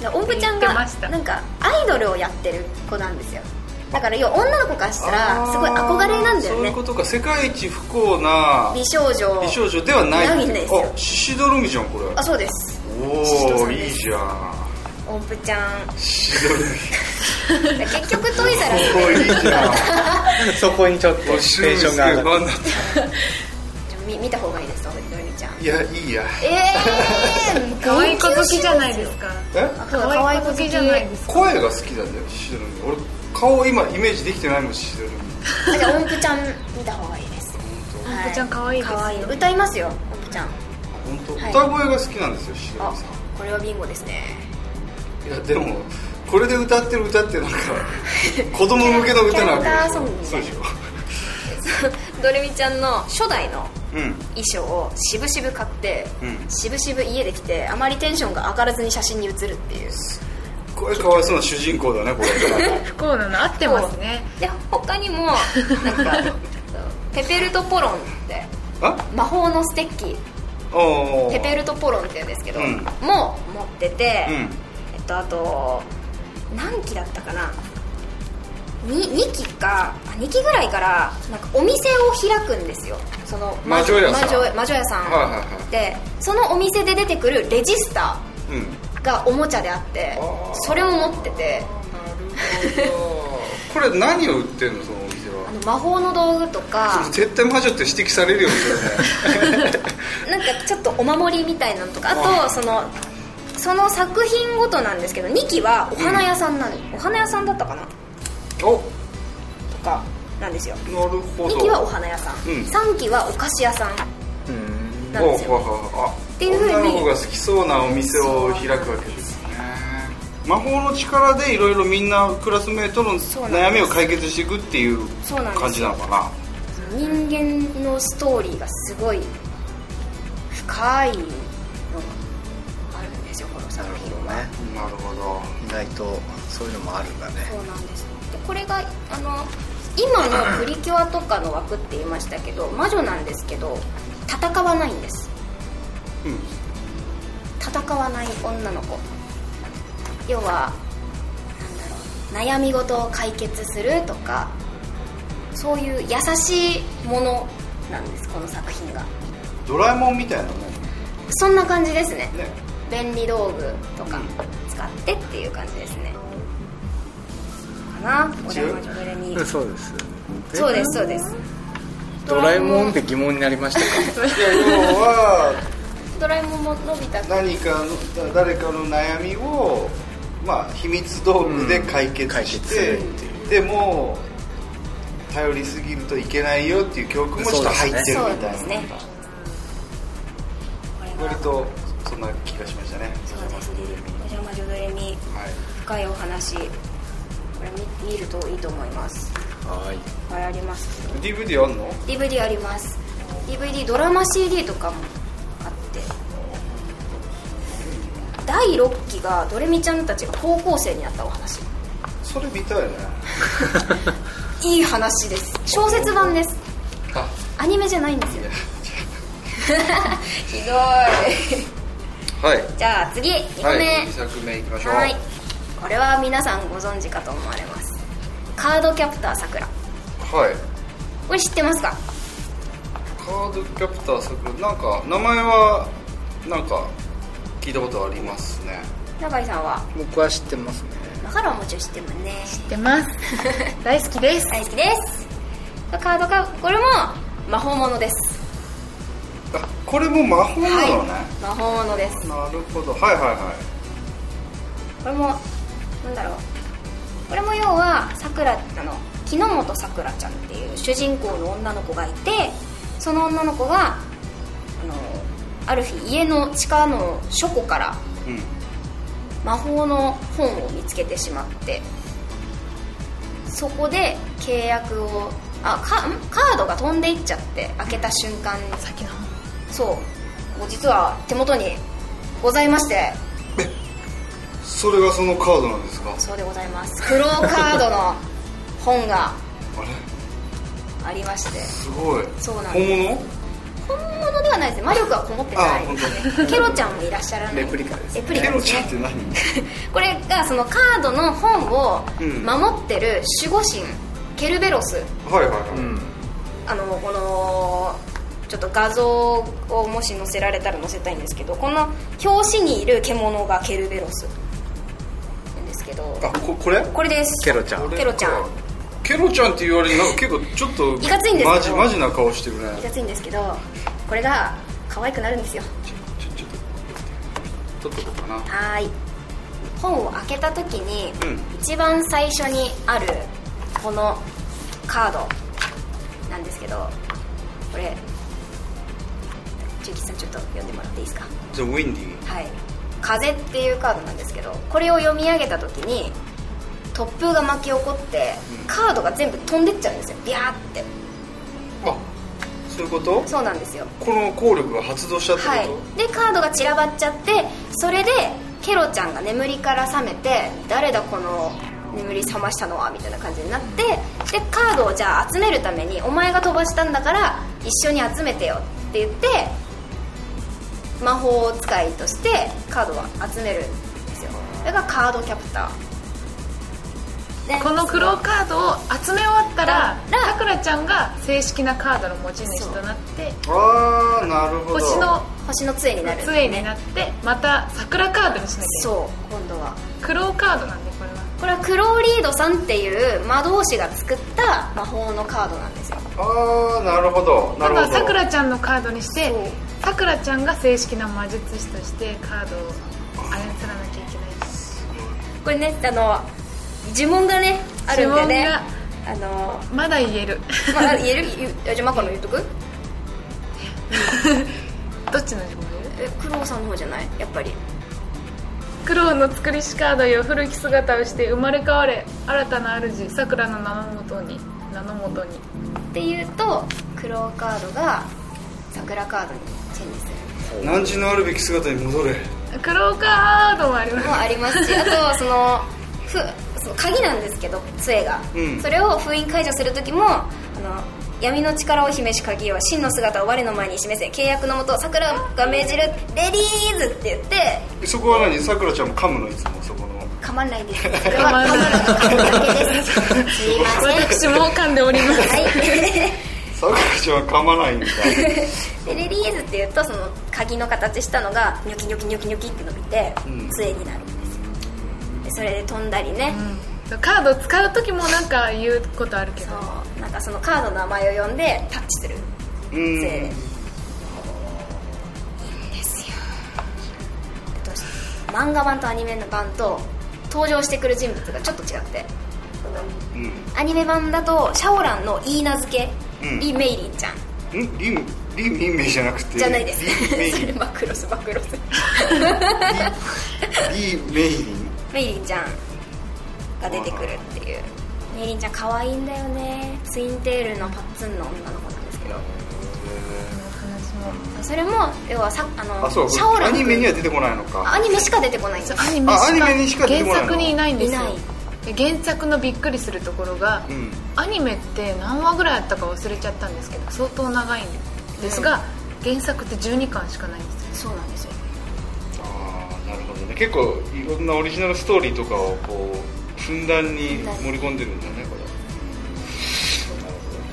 Speaker 2: で音符ちゃん
Speaker 6: 言っ
Speaker 2: が
Speaker 6: てました
Speaker 2: なんかアイドルをやってる子なんですよだから要は女の子からしたらすごい憧れなんだ
Speaker 4: あ
Speaker 2: よ
Speaker 4: ーそうい
Speaker 2: ね
Speaker 4: うことか世界一不幸な
Speaker 2: 美少女
Speaker 4: 美少女ではない
Speaker 2: ないんですよ
Speaker 4: あシシドルミじゃんこれ
Speaker 2: あそうですシシド
Speaker 4: お
Speaker 2: さ
Speaker 4: お
Speaker 2: ん
Speaker 4: い
Speaker 2: で
Speaker 4: い
Speaker 2: す
Speaker 4: じゃん
Speaker 2: 音符ちゃん
Speaker 4: シシドルミ
Speaker 2: 結局解いたら
Speaker 4: おいいじゃん
Speaker 5: そこにちょっとテ
Speaker 4: お
Speaker 5: ン
Speaker 4: シ
Speaker 5: シ
Speaker 4: ドルミ
Speaker 5: ョンが上
Speaker 4: フ
Speaker 5: が
Speaker 4: ァ
Speaker 5: っ
Speaker 4: ンだっ
Speaker 2: 見見た方がいいですドレミちゃん
Speaker 4: たいやいいや
Speaker 2: ええ
Speaker 6: 可愛い子好きじゃないですか
Speaker 4: え
Speaker 6: 可愛い子好きじゃないですか
Speaker 4: 声が好きなんだよシシドルミ俺顔今イメージできてないもんシシドルミ
Speaker 2: じゃあ音符ちゃん見た方がいいです
Speaker 6: 音符ちゃん可愛いですよ
Speaker 2: 可愛い歌いますよ音符ちゃん
Speaker 4: 本当
Speaker 2: はい
Speaker 4: 歌声が好きなんですよシシドル
Speaker 2: あ
Speaker 4: ミさん
Speaker 2: これはビンゴですね
Speaker 4: いやでもこれで歌ってる歌って なんか子供向けの歌なわけ
Speaker 2: キャラクターソングみ
Speaker 4: そ
Speaker 2: た
Speaker 4: う
Speaker 2: い
Speaker 4: でしょ
Speaker 2: ドレミちゃんの初代の
Speaker 4: うん
Speaker 2: 衣装を渋々買って、
Speaker 4: うん
Speaker 2: 渋々家で着てあまりテンションが上がらずに写真に写るっていう
Speaker 4: これかわいそうな主人公だね これ
Speaker 6: 不幸なの合ってますね
Speaker 2: で他にもなんか ペペルトポロンって
Speaker 4: あ
Speaker 2: 魔法のステッキ
Speaker 4: おー
Speaker 2: ペペルトポロンって言うんですけど、
Speaker 4: うん
Speaker 2: も持ってて、
Speaker 4: うん
Speaker 2: えっとあと何期だったかな 2, 二期かあ2期ぐらいからなんかお店を開くんですよその
Speaker 4: 魔女屋さん
Speaker 2: 魔女魔女屋さん、
Speaker 4: はいはいはい
Speaker 2: でそのお店で出てくるレジスタ
Speaker 4: うん
Speaker 2: ーがおもちゃであって
Speaker 4: あー
Speaker 2: それを持ってて
Speaker 4: これ何を売ってんのそのお店は
Speaker 2: あの魔法の道具と か
Speaker 4: 絶対魔女って指摘されるよね
Speaker 2: なんかちょっとお守りみたいなのとかあとそのその作品ごとなんですけど2期はお花屋さんなの、お花屋さんだったかな
Speaker 4: それお
Speaker 2: とかなんですよ
Speaker 4: なるほど
Speaker 2: 2期はお花屋さん、
Speaker 4: うん
Speaker 2: 3期はお菓子屋さん
Speaker 5: てうん
Speaker 2: なんですよ
Speaker 4: おうおうおうあ
Speaker 2: ていう風に
Speaker 4: 女の子が好きそうなお店を開くわけですね魔法の力でいろいろみんなクラスメートの
Speaker 2: そうなん
Speaker 4: 悩
Speaker 2: です
Speaker 4: みを解決していくっていう
Speaker 2: そうなんです
Speaker 4: 感じなのかな
Speaker 2: 人間のストーリーがすごい深いのがあるんですよこの作
Speaker 5: なるほ
Speaker 2: 品
Speaker 5: ど
Speaker 2: は、
Speaker 5: ね
Speaker 4: なるほど
Speaker 5: 意外とそういうのもあるんだね
Speaker 2: そうなんですでこれがあの今のプリキュアとかの枠って言いましたけど魔女なんですけど戦わないんです
Speaker 4: うん
Speaker 2: 戦わない女の子要はなんだろう悩み事を解決するとかそういう優しいものなんですこの作品が
Speaker 4: ドラえもんみたいなね
Speaker 2: そんな感じですね
Speaker 4: ね
Speaker 2: 便利道具とか使ってっていう感じですねかなお題のジョブレに
Speaker 5: そうです
Speaker 2: そうですそうです
Speaker 5: ドラえもんって疑問になりましたか
Speaker 4: いや要は
Speaker 2: ドラえもんものび太くん
Speaker 4: 何かの誰かの悩みをまあ秘密道具で解決して、
Speaker 5: うん解決
Speaker 4: でも頼りすぎるといけないよっていう教訓もちょっと入ってるみ
Speaker 2: そう
Speaker 4: た
Speaker 2: です
Speaker 4: い
Speaker 2: ね
Speaker 4: な
Speaker 2: これ
Speaker 4: 割
Speaker 2: は
Speaker 4: とそんな気がしましたね
Speaker 2: そうですね「おじゃまジョブレミ
Speaker 4: はい」
Speaker 2: 深いお話これ見見るといいと思います
Speaker 5: はい
Speaker 2: いっぱいあります
Speaker 4: DVD あんの
Speaker 2: DVD あります DVD ドラマ CD とかもあって第6期がドレミちゃんたちが高校生になったお話
Speaker 4: それ見たいね
Speaker 2: いい話です小説版です
Speaker 4: あ
Speaker 2: アニメじゃないんですよひどい
Speaker 4: はい
Speaker 2: じゃあ次2個目、
Speaker 4: 2作目いきましょう
Speaker 2: はいこれは皆さんご存知かと思われますカードキャプターさくら
Speaker 4: はい
Speaker 2: これ知ってますか
Speaker 4: カードキャプター作なんか名前はなんか聞いたことありますね
Speaker 2: 永井さんは
Speaker 5: 僕は知ってますね
Speaker 2: だからもちろん知ってもね
Speaker 6: 出ます大好きです
Speaker 2: 大好きですカードかこれも魔法物です
Speaker 4: あこれも魔法なのね、
Speaker 2: はい魔法物です
Speaker 4: なるほどはいはいは
Speaker 2: これもなんだろうこれも要はさくらあの木之本さくらちゃんっていう主人公の女の子がいてその女の子があのある日家の地下の書庫から
Speaker 4: い、うん、
Speaker 2: 魔法の本を見つけてしまってそこで契約をあかんカードが飛んでいっちゃって開けた瞬間に
Speaker 6: 先の
Speaker 2: そうもう実は手元にございまして
Speaker 4: それがそのカードなんですか
Speaker 2: そうでございます黒カードの本が
Speaker 4: あれ
Speaker 2: ありまして
Speaker 4: すごい
Speaker 2: そうなん
Speaker 4: 本
Speaker 2: で
Speaker 4: 物
Speaker 2: 本物ではないですね魔力はこもってな
Speaker 4: あ
Speaker 2: い
Speaker 4: 本
Speaker 2: ですねケロちゃんもいらっしゃらない
Speaker 5: レプリカです
Speaker 2: レプリ
Speaker 4: ケ
Speaker 2: カ
Speaker 4: ロ
Speaker 2: で
Speaker 4: ち
Speaker 2: す
Speaker 4: ゃんって
Speaker 2: ね
Speaker 4: 何
Speaker 2: これがそのカードの本を
Speaker 4: うん
Speaker 2: 守ってる守護神ケルベロス
Speaker 4: はいはいはい、
Speaker 5: うん
Speaker 2: あのこのちょっと画像をもし載せられたら載せたいんですけどこの表紙にいる獣がケルベロスなんですけど
Speaker 4: あここれ
Speaker 2: これです
Speaker 5: ケロちゃん
Speaker 2: ケロちゃん
Speaker 4: ケロちゃんって言われるなんか結構ちょっと
Speaker 2: いかついんです
Speaker 4: マ
Speaker 2: け
Speaker 4: ジ
Speaker 2: ど
Speaker 4: マジな顔してるね
Speaker 2: いかついんですけどこれが可愛くなるんですよ
Speaker 4: ちょちょっと取っとこうかな
Speaker 2: はーい本を開けた時に、
Speaker 4: う
Speaker 2: 一番最初にあるこのカードなんですけどこれ純吉さんちょっと読んでもらっていいですか
Speaker 4: じゃあウィンディ
Speaker 2: はい「風」っていうカードなんですけどこれを読み上げた時に突風が巻き起こってカードが全部飛んでっちゃうんですよビャーって
Speaker 4: ーあそういうこと
Speaker 2: そうなんですよ
Speaker 4: この効力が発動したってこと、
Speaker 2: はい、でカードが散らばっちゃってそれでケロちゃんが眠りから覚めて誰だこの眠り覚ましたのはみたいな感じになってでカードをじゃあ集めるためにお前が飛ばしたんだから一緒に集めてよって言って魔法使いとしてカードを集めるんですよそれがカードキャプターで
Speaker 6: この黒カードを集め終わったら
Speaker 2: ら
Speaker 6: さくらちゃんが正式なカードの持ち主となって
Speaker 4: ああなるほど
Speaker 6: 星の
Speaker 2: 星の杖になるんですね
Speaker 6: 杖になってまた桜カードにしなきゃいけない
Speaker 2: そう今度は
Speaker 6: 黒カードなんでこれは
Speaker 2: これはクローリードさんっていう魔導士が作った魔法のカードなんですよ
Speaker 4: ああなるほどな
Speaker 6: た
Speaker 4: る
Speaker 6: だ
Speaker 4: ほど
Speaker 6: さくらちゃんのカードにして
Speaker 2: そう
Speaker 6: さくらちゃんが正式な魔術師としてカードを操らなきゃいけないし
Speaker 2: これねあの呪文がねあるんでねあの、
Speaker 6: まだ言え る
Speaker 2: まあ、言える言うあじゃあマカロン言っとく
Speaker 6: どっちの呪文言える
Speaker 2: えクロウさんの方じゃないやっぱり
Speaker 6: 苦労の作りしかだよ古き姿をして生まれ変われ新たな主さくらの名のもとに名のもとに
Speaker 2: っていうとクローカードが桜カードにチェンジする
Speaker 4: 汝のあるべき姿に戻れ
Speaker 6: クローカードもあります
Speaker 2: のもありますしあとはそのふその鍵なんですけど杖が、
Speaker 4: うん
Speaker 2: それを封印解除する時もあの闇の力を秘し鍵を真の姿を我の前に示せ契約のもと桜が命じるレディーズって言って
Speaker 4: そこは何さくらちゃんも噛むのいつもそこの
Speaker 2: 噛まないです噛
Speaker 6: まない
Speaker 2: ですすいません
Speaker 6: 私も噛んでおります
Speaker 2: はい
Speaker 4: さくらちゃんは噛ま ないんだ
Speaker 2: でレディーズっていうとその鍵の形したのがニョキニョキニョキニョキって伸びて
Speaker 4: うん
Speaker 2: 杖になるんですよでそれで飛んだりね、
Speaker 6: カード使う時もなんか言うことあるけど
Speaker 2: そうなんかそのカードの名前を呼んでタッチする
Speaker 4: うん
Speaker 2: 杖いいんですよあと漫画版とアニメの版と登場してくる人物がちょっと違って
Speaker 4: うん
Speaker 2: アニメ版だとシャオランのいい名付け、
Speaker 4: うん
Speaker 2: リ・メイリンちゃん
Speaker 4: んリンリンミンメイじゃなくて
Speaker 2: じゃないです
Speaker 4: リンメ イ
Speaker 2: それ
Speaker 4: リン
Speaker 2: マクロスマクロス
Speaker 4: リンメイリン
Speaker 2: メイリンちゃんが出てくるっていうメイリンちゃん可愛いんだよねツインテールのパッツンの女の子なんですけどそれも要はさあの
Speaker 4: あそう
Speaker 2: シャオラン
Speaker 4: アニメには出てこないのか
Speaker 2: アニメしか出てこないんですよ
Speaker 6: アニメし
Speaker 4: あアニメにし
Speaker 6: か
Speaker 4: か出てこ
Speaker 6: 原
Speaker 4: ないの
Speaker 6: 作にいないんですよ
Speaker 2: いない
Speaker 6: で原作のびっくりするところが、
Speaker 4: うん
Speaker 6: アニメって何話ぐらいあったか忘れちゃったんですけど相当長いんですが、原作って12巻しかないんです
Speaker 2: そ
Speaker 6: よ
Speaker 2: うなんですよ
Speaker 4: あーなるほどね結構いろんなオリジナルストーリーとかをこうふんだんに盛り込んでるんだねこれ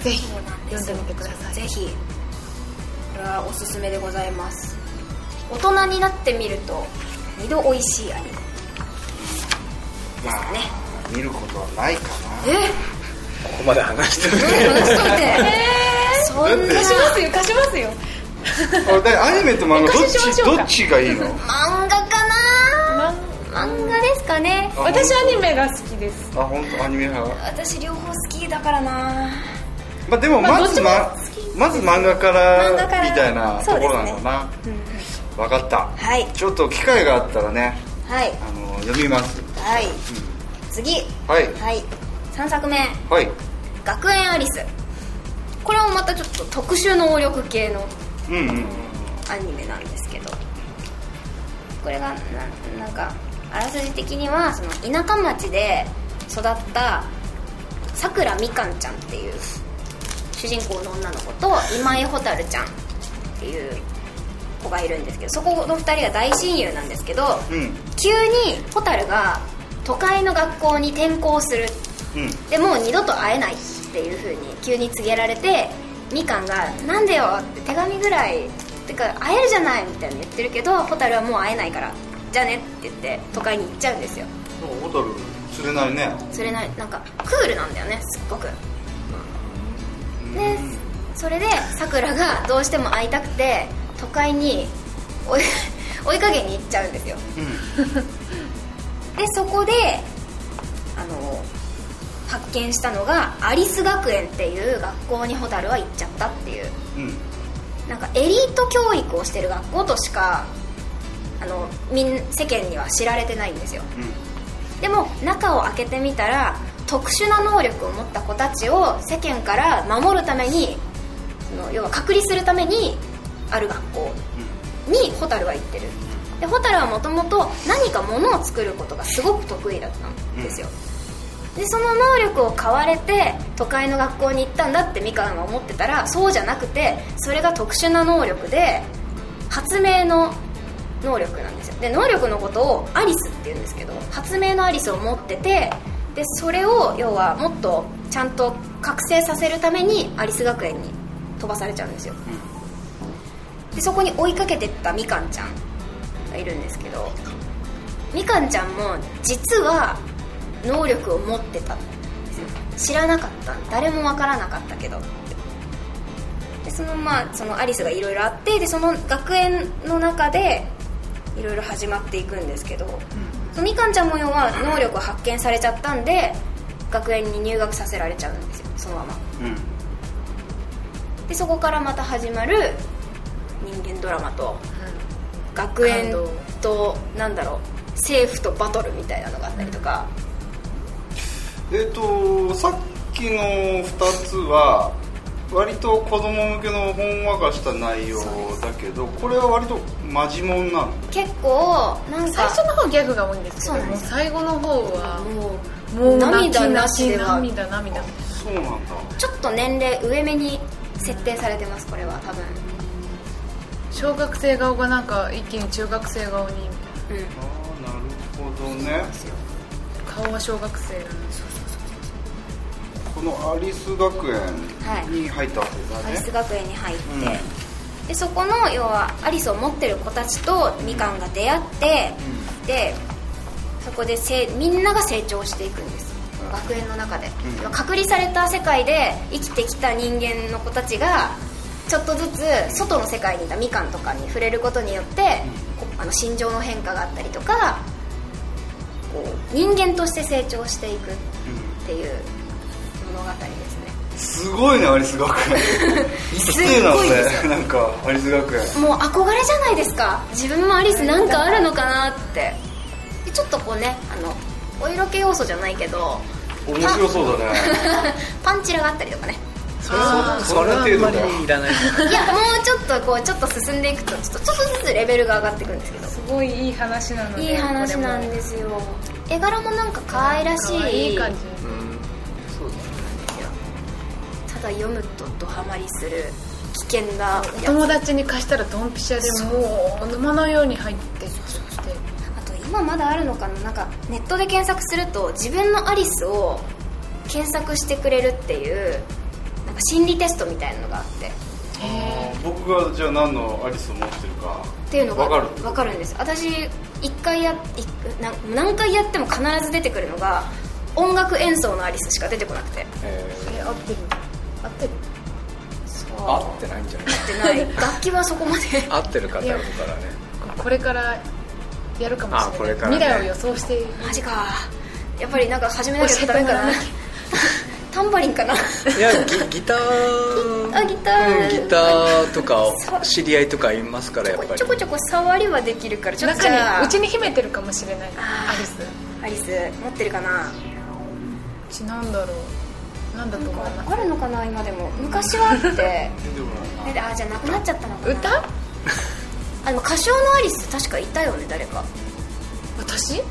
Speaker 6: ぜひ
Speaker 2: そうなんで
Speaker 6: 読ん
Speaker 2: す
Speaker 6: で
Speaker 2: よ
Speaker 6: みてください
Speaker 2: ぜひこれはおすすめでございます大人になってみると二度美味し いアニメ
Speaker 4: まあ
Speaker 2: ね
Speaker 4: 見ることはないかな
Speaker 2: え
Speaker 5: ここまで話してる
Speaker 2: 話しといてそんな
Speaker 4: だって
Speaker 2: しますよ
Speaker 6: 貸しますよ
Speaker 4: あでアニメと漫画どっ
Speaker 6: 昔しまし
Speaker 4: ち
Speaker 6: ょうか
Speaker 4: どっちがいいの
Speaker 2: 漫画かな漫画ですかね
Speaker 4: あ
Speaker 6: 私アニメが好きです
Speaker 4: あ本当アニメ派
Speaker 2: 私両方好きだからな
Speaker 4: まあでも
Speaker 6: まあ
Speaker 4: まずま,、
Speaker 6: どっ
Speaker 4: まず漫画か
Speaker 2: 漫画からら
Speaker 4: みたいなところなんだな、分かった、
Speaker 2: はい
Speaker 4: ちょっと機会があったらね
Speaker 2: はい
Speaker 4: あの読みます
Speaker 2: はい、次
Speaker 4: はい
Speaker 2: はい3作目
Speaker 4: はい
Speaker 2: 「学園アリス」これはまたちょっと特殊能力系の
Speaker 4: うんうん
Speaker 2: アニメなんですけどこれがななんかあらすじ的にはその田舎町で育ったさくらみかんちゃんっていう主人公の女の子と今井蛍ちゃんっていう子がいるんですけどそこの2人が大親友なんですけど
Speaker 4: うん
Speaker 2: 急に蛍が都会の学校に転校する
Speaker 4: うん
Speaker 2: でもう二度と会えないっていう風に急に告げられてみかんが「なんでよ」って手紙ぐらいてか会えるじゃないみたいなの言ってるけど蛍はもう会えないからじゃあねって言って都会に行っちゃうんですよ
Speaker 4: なんか蛍釣れないね
Speaker 2: それななんかクールなんだよねすっごくでそれでさくらがどうしても会いたくて都会に追い 追いかけに行っちゃうんですよ
Speaker 4: う
Speaker 2: でそこであの発見したのがアリス学園っていう学校に蛍は行っちゃったっていうん
Speaker 4: うん
Speaker 2: なんかエリート教育をしてる学校としかあのみん世間には知られてないんですよでも中を開けてみたら特殊な能力を持った子たちを世間から守るためにその要は隔離するためにある学校に蛍は行ってるで蛍はもともと何かものを作ることがすごく得意だったんですよ、でその能力を買われて都会の学校に行ったんだってみかんは思ってたらそうじゃなくてそれが特殊な能力で発明の能力なんですよで能力のことをアリスって言うんですけど発明のアリスを持っててでそれを要はもっとちゃんと覚醒させるためにアリス学園に飛ばされちゃうんですよでそこに追いかけてったみかんちゃんがいるんですけどみかんちゃんも実は能力を持ってたんですよ知らなかった誰もわからなかったけどでそのまあそのアリスがいろいろあってでその学園の中でいろいろ始まっていくんですけど、そのみかんちゃんも要は能力を発見されちゃったんで学園に入学させられちゃうんですよそのまま
Speaker 4: うん
Speaker 2: でそこからまた始まる人間ドラマと学園となんだろう政府とバトルみたいなのがあったりとか、
Speaker 4: えっ、とさっきの2つは割と子供向けのほんわかした内容だけどこれは割とマジモンなの
Speaker 2: 結構なん
Speaker 6: 最
Speaker 2: か
Speaker 6: 初の方ギャグが多いんです
Speaker 2: そう
Speaker 6: け
Speaker 2: なん
Speaker 6: ども
Speaker 2: で
Speaker 6: う
Speaker 2: す
Speaker 6: 最後の方は
Speaker 2: もう
Speaker 6: もう泣き
Speaker 2: 涙な
Speaker 6: 泣
Speaker 2: しで
Speaker 6: き
Speaker 2: は
Speaker 6: 涙涙
Speaker 4: そうなんだ
Speaker 2: ちょっと年齢上めに設定されてますこれは多分
Speaker 6: 小学生顔がなんか一気に中学生顔に
Speaker 2: うん
Speaker 4: あーなるほどね
Speaker 6: 顔は小学生
Speaker 4: このアリス学園に入ったわけだ
Speaker 2: ア
Speaker 4: ね、
Speaker 2: リス学園に入って、
Speaker 4: う
Speaker 2: でそこの要はアリスを持ってる子たちとみかんが出会って、でそこでせみんなが成長していくんです
Speaker 4: うん
Speaker 2: 学園の中で、
Speaker 4: うん
Speaker 2: 隔離された世界で生きてきた人間の子たちがちょっとずつ外の世界にいたみかんとかに触れることによって、こあの心情の変化があったりとかこう人間として成長していくっていう物語ですね
Speaker 4: すごいねアリス学園一定なの ねなんかアリス学園
Speaker 2: もう憧れじゃないですか自分もアリスなんかあるのかなってでちょっとこうねあのお色気要素じゃないけ ど
Speaker 4: 面白そうだね
Speaker 2: パンチラがあったりとかね
Speaker 5: それは
Speaker 4: ー
Speaker 5: それはあんまりいらない
Speaker 2: いやもうちょっとこうちょっと進んでいくとちょっとちょっとずつレベルが上がっていくんですけど
Speaker 6: すごいいい話なので
Speaker 2: いい話なん
Speaker 6: これも
Speaker 2: ですよ絵柄もなんか可愛らし
Speaker 6: 可愛
Speaker 2: い
Speaker 6: い感じ
Speaker 2: ただ読むとドハマりする危険な
Speaker 6: お
Speaker 2: やつ
Speaker 6: 友達に貸したらドンピシャでもう沼のように入ってきて
Speaker 2: あと今まだあるのかななんかネットで検索すると自分のアリスを検索してくれるっていうなんか心理テストみたいなのがあってっ
Speaker 4: 僕がじゃあ何のアリスを持ってるかって
Speaker 2: いうのが
Speaker 4: 分かる
Speaker 2: わかるんです私一回や一何何回やっても必ず出てくるのが音楽演奏のアリスしか出てこなくて
Speaker 6: え合ってる合ってる
Speaker 2: そう
Speaker 5: 合ってないんじゃない
Speaker 2: ってない楽器はそこまで
Speaker 5: 合ってる方だからね
Speaker 6: これからやるかもしれない
Speaker 5: あこれからね
Speaker 6: 未来を予想して
Speaker 2: マジかやっぱりなんか始めなきゃダメかな
Speaker 6: 教えてもらわなき
Speaker 2: タンバリンかない
Speaker 5: やギギター
Speaker 2: あギター
Speaker 5: うんギターとか知り合いとかいますからやっぱり
Speaker 2: ちょこちょこ触りはできるからちょっとじゃ
Speaker 6: 中
Speaker 2: あ
Speaker 6: にうちに秘めてるかもしれない
Speaker 2: あー
Speaker 6: アリス
Speaker 2: アリス持ってるかな
Speaker 6: うちなんだろうなんだと思います
Speaker 2: あるのかな今でも昔はあ ってで
Speaker 4: でもなんか
Speaker 2: あじゃあなくなっちゃったのかな
Speaker 6: 歌
Speaker 2: あの歌唱のアリス確かいたよね誰か
Speaker 6: 私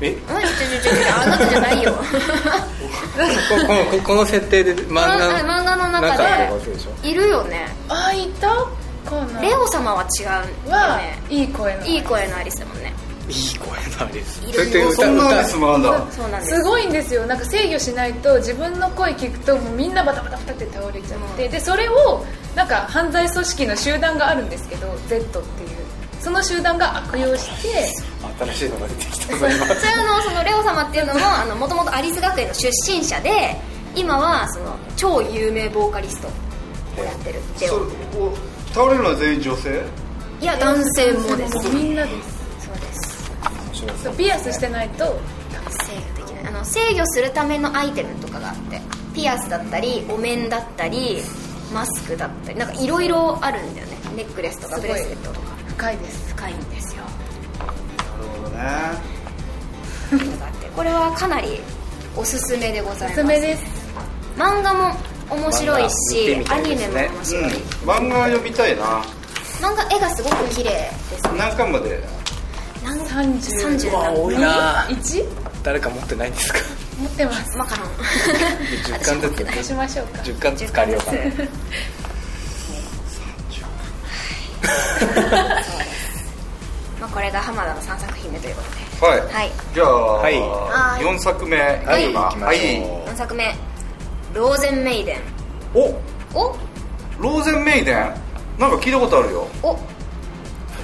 Speaker 5: え
Speaker 2: うんちょちょちょちょあなたじゃないよ
Speaker 5: ここここの設定で漫画
Speaker 2: あ漫画の
Speaker 5: なんかある
Speaker 2: 中
Speaker 5: わけでしょ
Speaker 2: でいるよね
Speaker 6: あいたかな
Speaker 2: レオ様は違うよ
Speaker 6: は
Speaker 2: ね
Speaker 6: いい声の
Speaker 2: いい声のアリスだもんね
Speaker 5: いい声のアリス
Speaker 2: いる
Speaker 5: そうやって歌
Speaker 4: そんなアリ
Speaker 5: 歌
Speaker 4: スもあんだ
Speaker 2: そうなんです
Speaker 6: すごいんですよなんか制御しないと自分の声聞くともうみんなバタバタバタって倒れちゃって、でそれをなんか犯罪組織の集団があるんですけど Z っていうその集団が悪用して
Speaker 5: 新しいのが出てきたぞ今
Speaker 2: それのそのレオ様っていうのもあの元々アリス学園の出身者で今はその超有名ボーカリストをやってるレ
Speaker 4: そ
Speaker 2: オ
Speaker 4: うお倒れるのは全員女性
Speaker 2: いや男性もです
Speaker 6: もうみんなです
Speaker 2: そうです
Speaker 6: そうピアスしてないと
Speaker 2: 制御できないあの制御するためのアイテムとかがあってピアスだったりお面だったりマスクだったりなんかいろいろあるんだよねネックレスとか
Speaker 6: すご
Speaker 2: ブ
Speaker 6: い
Speaker 2: レスレットとか
Speaker 6: 深いです
Speaker 2: 深いんですよ
Speaker 4: なるほどね
Speaker 2: というのがあってこれはかなりおすすめでございます
Speaker 6: おすすめです
Speaker 2: 漫画も面白い
Speaker 5: 漫画見
Speaker 2: して
Speaker 5: み
Speaker 2: ア
Speaker 5: たい
Speaker 2: ニ
Speaker 5: で
Speaker 2: メ
Speaker 5: す
Speaker 2: も面白
Speaker 5: ね
Speaker 2: い、
Speaker 4: うん、漫画読みたいな
Speaker 2: 漫画絵がすごく綺麗です
Speaker 4: 何巻まで
Speaker 2: なん
Speaker 6: 30
Speaker 2: 30
Speaker 5: わ多いな
Speaker 6: 1
Speaker 5: 誰か持ってないんですか
Speaker 6: 持ってます
Speaker 2: マカロン
Speaker 5: 10巻ずつ
Speaker 6: 出しましょうか
Speaker 5: 10巻ずつ借りようかな
Speaker 2: 10巻ず つまあこれが浜田の3作品目ということで
Speaker 4: はい、
Speaker 2: はい
Speaker 4: じゃあ、
Speaker 2: はい
Speaker 4: 4作目
Speaker 5: はい
Speaker 4: いきま
Speaker 5: 行
Speaker 4: す
Speaker 5: き
Speaker 4: か
Speaker 5: まし
Speaker 4: はい
Speaker 5: ょ
Speaker 2: 4作目ローゼンメイデン
Speaker 4: お
Speaker 2: お
Speaker 4: ローゼンメイデンなんか聞いたことあるよ
Speaker 2: おわ
Speaker 5: う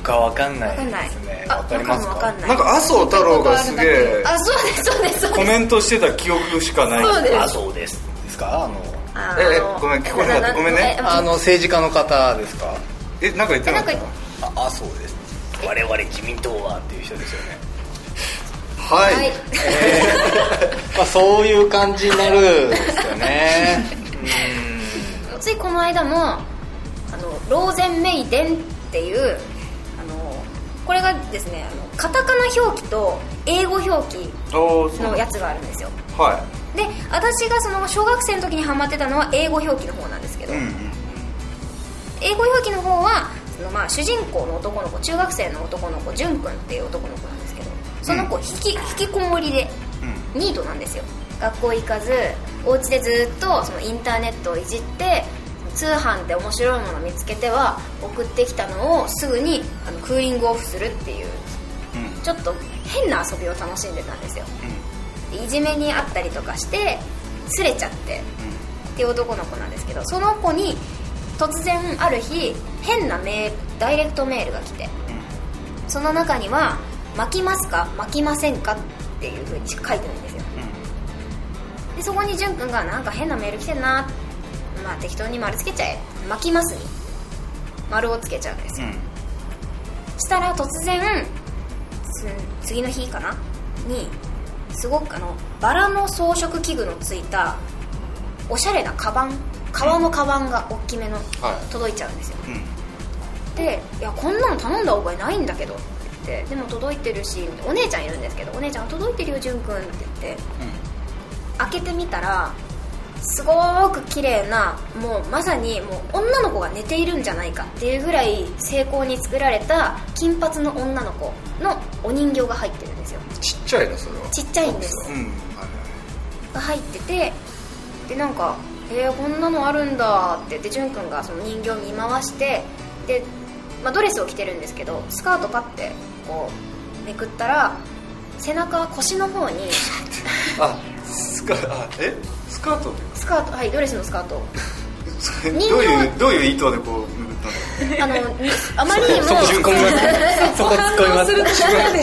Speaker 5: 他わかんな
Speaker 2: かん
Speaker 5: い
Speaker 2: ない
Speaker 5: ですね
Speaker 2: あ
Speaker 5: わかります
Speaker 2: わか
Speaker 5: か
Speaker 2: んない
Speaker 4: なんか麻生太郎がすげえ
Speaker 2: あそうですそうですそう
Speaker 4: コ
Speaker 2: です
Speaker 4: メントしてた記憶しかない
Speaker 2: そうです
Speaker 5: あそうですですかあの
Speaker 2: あ
Speaker 4: ええ
Speaker 2: あの
Speaker 4: ごめん聞こえなかったごめんね
Speaker 2: え
Speaker 5: あの政治家の方ですか
Speaker 4: えなんか言ってなかっ
Speaker 2: えなんか
Speaker 5: ああそうです我々自民党はっていう人ですよね、
Speaker 4: たはい、
Speaker 2: はい
Speaker 5: まあ、そういう感じになるんですよね
Speaker 2: ついこの間もあのローゼンメイデンっていうあのこれがですねあのカタカナ表記と英語表記
Speaker 4: ああそう
Speaker 2: の
Speaker 4: なん
Speaker 2: や
Speaker 4: だ
Speaker 2: つがあるんですよ
Speaker 4: は
Speaker 2: で私がその小学生の時にハマってたのは英語表記の方なんですけ
Speaker 4: い
Speaker 2: ど、
Speaker 4: うんうん
Speaker 2: 英語表記の方はそのまあ主人公の男の子中学生の男の子く君っていう男の子なんですけどその子引き,、引きこもりでニートなんですよ学校行かずお家でずっとそのインターネットをいじって通販で面白いものを見つけては送ってきたのをすぐにあのクーリングオフするっていう
Speaker 4: うん
Speaker 2: ちょっと変な遊びを楽しんでたんですよでいじめにあったりとかしてすれちゃってっていう男の子なんですけどその子に突然ある日変なメールダイレクトメールが来てその中には「巻きますか巻きませんか?」っていうふうにしか書いてないんですよでそこにく君が「なんか変なメール来てんな」まあ適当に丸つけちゃえ巻きますに丸をつけちゃうんですよ
Speaker 4: うんうんうん
Speaker 2: したら突然つ次の日かなにすごくあのバラの装飾器具のついたおしゃれなカバン革のカバンが大きめの、
Speaker 4: はい
Speaker 2: 届いちゃうんですよ
Speaker 4: うん
Speaker 2: で「いやこんなの頼んだ覚えないんだけど」って言って「でも届いてるしお姉ちゃんいるんですけどお姉ちゃん届いてるよ淳くん」って言って開けてみたらすごく綺麗なもうまさにもう女の子が寝ているんじゃないかっていうぐらい精巧に作られた金髪の女の子のお人形が入ってるんですよ
Speaker 4: ちっちゃいなそれは
Speaker 2: ちっちゃいんです
Speaker 4: うんはいはい
Speaker 2: が入っててでなんか「えー、こんなのあるんだ」って言って淳君がその人形見回してで、まあ、ドレスを着てるんですけどスカートパッてこうめくったら背中腰の方に
Speaker 4: あスカあえスカート
Speaker 2: スカートはいドレスのスカート
Speaker 4: それ
Speaker 2: 人形
Speaker 4: どういうどういう意図でこう塗った
Speaker 2: あのにあまりにも
Speaker 5: そこ突っ込みます そこ突っ込みます
Speaker 6: 反応する
Speaker 4: の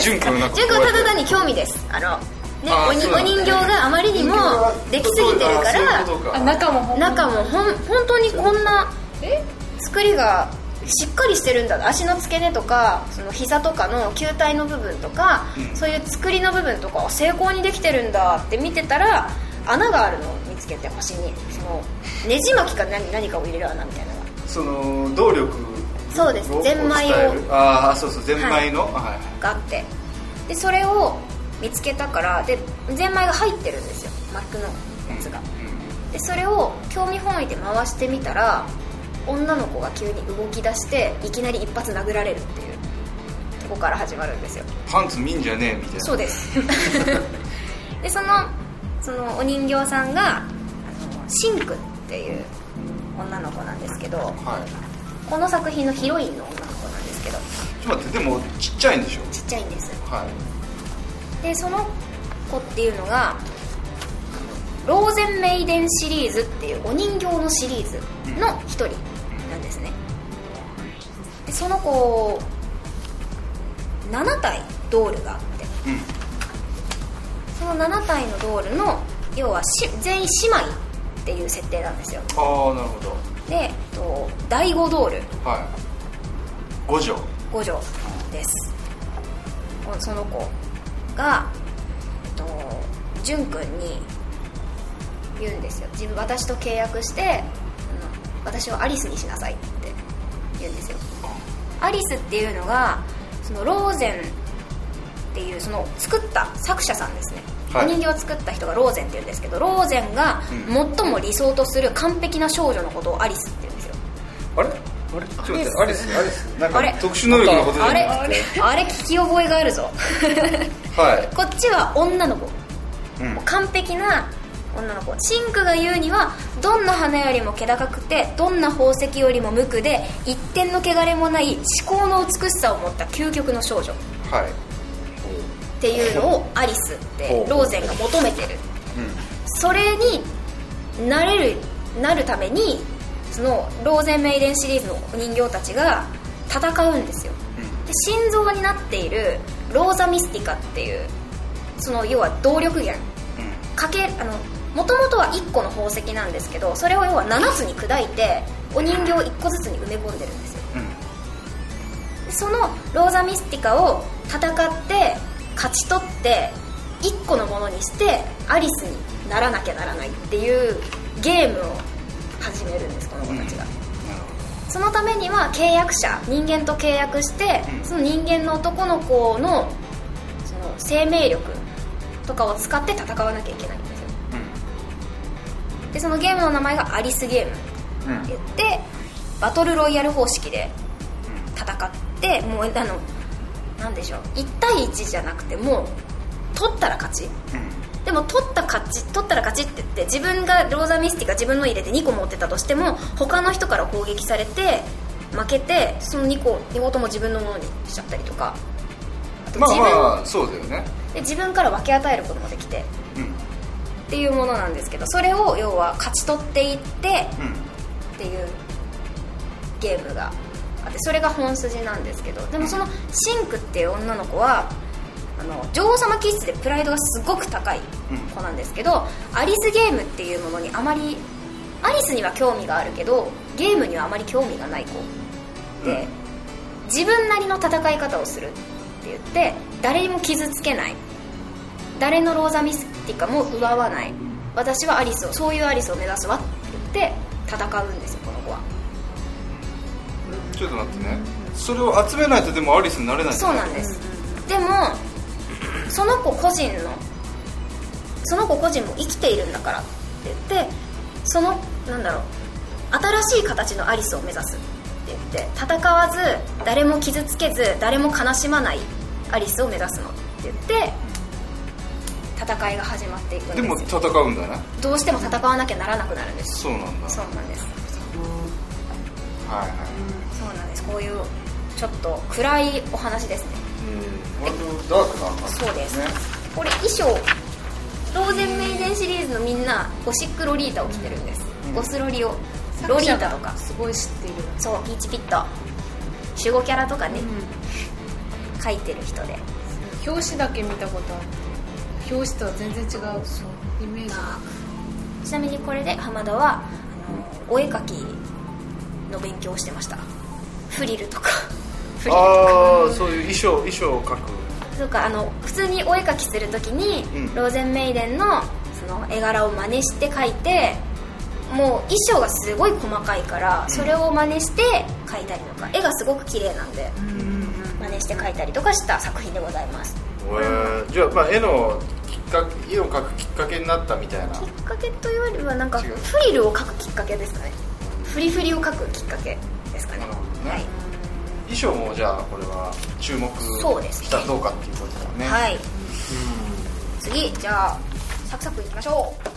Speaker 4: 純君なんか
Speaker 2: 淳君はただ単に興味ですあのね
Speaker 4: あー
Speaker 2: おに
Speaker 4: そう
Speaker 2: お
Speaker 4: なんだ
Speaker 2: 人形があまりにもできすぎてるか
Speaker 4: あそういう
Speaker 2: ら
Speaker 4: ことか
Speaker 6: あ中もほん
Speaker 2: 中もほん本当にこんな
Speaker 6: え
Speaker 2: 作りがしっかりしてるんだ足の付け根とかその膝とかの球体の部分とか、そういう作りの部分とかを精巧にできてるんだって見てたら穴があるのを見つけて腰にそのねじ巻きか何何かを入れる穴みたいなのが
Speaker 4: その動力
Speaker 2: そうですゼンマイを
Speaker 4: 伝えるああそうそうゼンマイのはい
Speaker 2: があってでそれを見つけたからでゼンマイが入ってるんですよマックのやつがでそれを興味本位で回してみたら女の子が急に動き出していきなり一発殴られるっていうとこから始まるんですよ
Speaker 4: パンツ見んじゃねえみたいな
Speaker 2: そうです でそのそのお人形さんがあのシンクっていう女の子なんですけど
Speaker 4: はい
Speaker 2: この作品のヒロインの女の子なんですけど
Speaker 4: ちょっと待ってでもちっちゃいんでしょ
Speaker 2: ちっちゃいんです
Speaker 4: はい
Speaker 2: でその子っていうのがローゼンメイデンシリーズっていうお人形のシリーズの一人なんですねでその子7体ドールがあって
Speaker 4: うん
Speaker 2: その7体のドールの要はし全員姉妹っていう設定なんですよ
Speaker 4: ああなるほど
Speaker 2: でえっと第5ドール
Speaker 4: はい五条
Speaker 2: 五条ですこその子が、えっと、淳君に言うんですよ自分私と契約してあの私をアリスにしなさいって言うんですよアリスっていうのがそのローゼンっていうその作った作者さんですね、
Speaker 4: はい
Speaker 2: お人形を作った人がローゼンっていうんですけどローゼンが最も理想とする完璧な少女のことをアリスって言うんですよ
Speaker 4: あれあれちょっと待ってアリスアリスなん
Speaker 2: あれ
Speaker 4: か特殊能力のことじゃ
Speaker 2: あれ
Speaker 4: ない
Speaker 2: あれ聞き覚えがあるぞ
Speaker 4: はい
Speaker 2: こっちは女の子、
Speaker 4: うん
Speaker 2: もう完璧な女の子シンクが言うにはどんな花よりも気高くてどんな宝石よりも無垢で一点の汚れもない至高の美しさを持った究極の少女っ
Speaker 4: はい
Speaker 2: ていうのをアリスってローゼンが求めてるそれになれるなるためにそのローゼンメイデンシリーズのお人形たちが戦うんですよ、で心臓になっているローザミスティカっていうその要は動力源かけあの元々は1個の宝石なんですけどそれを要は7つに砕いてお人形を1個ずつに埋め込んでるんですよそのローザミスティカを戦って勝ち取って1個のものにしてアリスにならなきゃならないっていうゲームを始めるんですこの子たちが、そのためには契約者人間と契約してその人間の男の子のその生命力とかを使って戦わなきゃいけないんですよでそのゲームの名前がアリスゲーム
Speaker 5: うん
Speaker 2: って言ってバトルロイヤル方式で戦ってもうあのなんでしょう1対1じゃなくてもう取ったら勝ちでも取った勝ち取ったら勝ちって言って自分がローザミスティが自分の入れて2個持ってたとしても他の人から攻撃されて負けてその2個両方とも自分のものにしちゃったりとかあと
Speaker 4: ま
Speaker 2: 自
Speaker 4: あ
Speaker 2: 分、
Speaker 4: まあそうだよね
Speaker 2: で自分から分け与えることもできて
Speaker 4: うん
Speaker 2: っていうものなんですけどそれを要は勝ち取っていってっていうゲームがあってそれが本筋なんですけどでもそのシンクっていう女の子はあの女王様気質でプライドがすごく高い子なんですけど、アリスゲームっていうものにあまりアリスには興味があるけどゲームにはあまり興味がない子で、自分なりの戦い方をするって言って誰にも傷つけない誰のローザミスティカも奪わない私はアリスをそういうアリスを目指すわって言って戦うんですよこの子は
Speaker 4: うんちょっと待ってねそれを集めないとでもアリスになれないんだ
Speaker 2: そうなんですでもその子個人のその子個人も生きているんだからって言ってそのなんだろう新しい形のアリスを目指すって言って戦わず誰も傷つけず誰も悲しまないアリスを目指すのって言って戦いが始まっていくんです
Speaker 4: で
Speaker 2: よ
Speaker 4: も戦うんだね
Speaker 2: どうしても戦わなきゃならなくなるんです
Speaker 4: そうなんだ
Speaker 2: そうなんです
Speaker 4: はいはい
Speaker 2: そうなんですこういうちょっと暗いお話ですね
Speaker 4: 割とダークな感じ
Speaker 2: そうです
Speaker 4: ね
Speaker 2: これ衣装ローゼンメイデンシリーズのみんなゴシックロリータを着てるんです、ゴスロリをロリータとか
Speaker 6: すごい知っている
Speaker 2: そうピーチピット守護キャラとかね、書いてる人で
Speaker 6: 表紙だけ見たことある表紙とは全然違うイメージが
Speaker 2: ちなみにこれで浜田はあのお絵描きの勉強をしてましたフリルとかフリルとか
Speaker 4: ああそういう衣装衣装を描く
Speaker 2: そうかあの普通にお絵描きするときに、
Speaker 4: うん
Speaker 2: ローゼンメイデンのその絵柄を真似して描いてもう衣装がすごい細かいからそれを真似して描いたりとか絵がすごく綺麗なんで真似して描いたりとかした作品でございます
Speaker 4: へえじゃあまあ絵のきっかけ絵を描くきっかけになったみたいな
Speaker 2: きっかけというよりはなんか
Speaker 4: 違う
Speaker 2: フリルを描くきっかけですかねフリフリを描くきっかけですかね
Speaker 4: なるほどね
Speaker 2: はい
Speaker 4: 衣装もじゃあこれは注目
Speaker 2: そうですね
Speaker 4: したらどうかっていうことだね
Speaker 2: はい、次じゃあサクサクいきましょう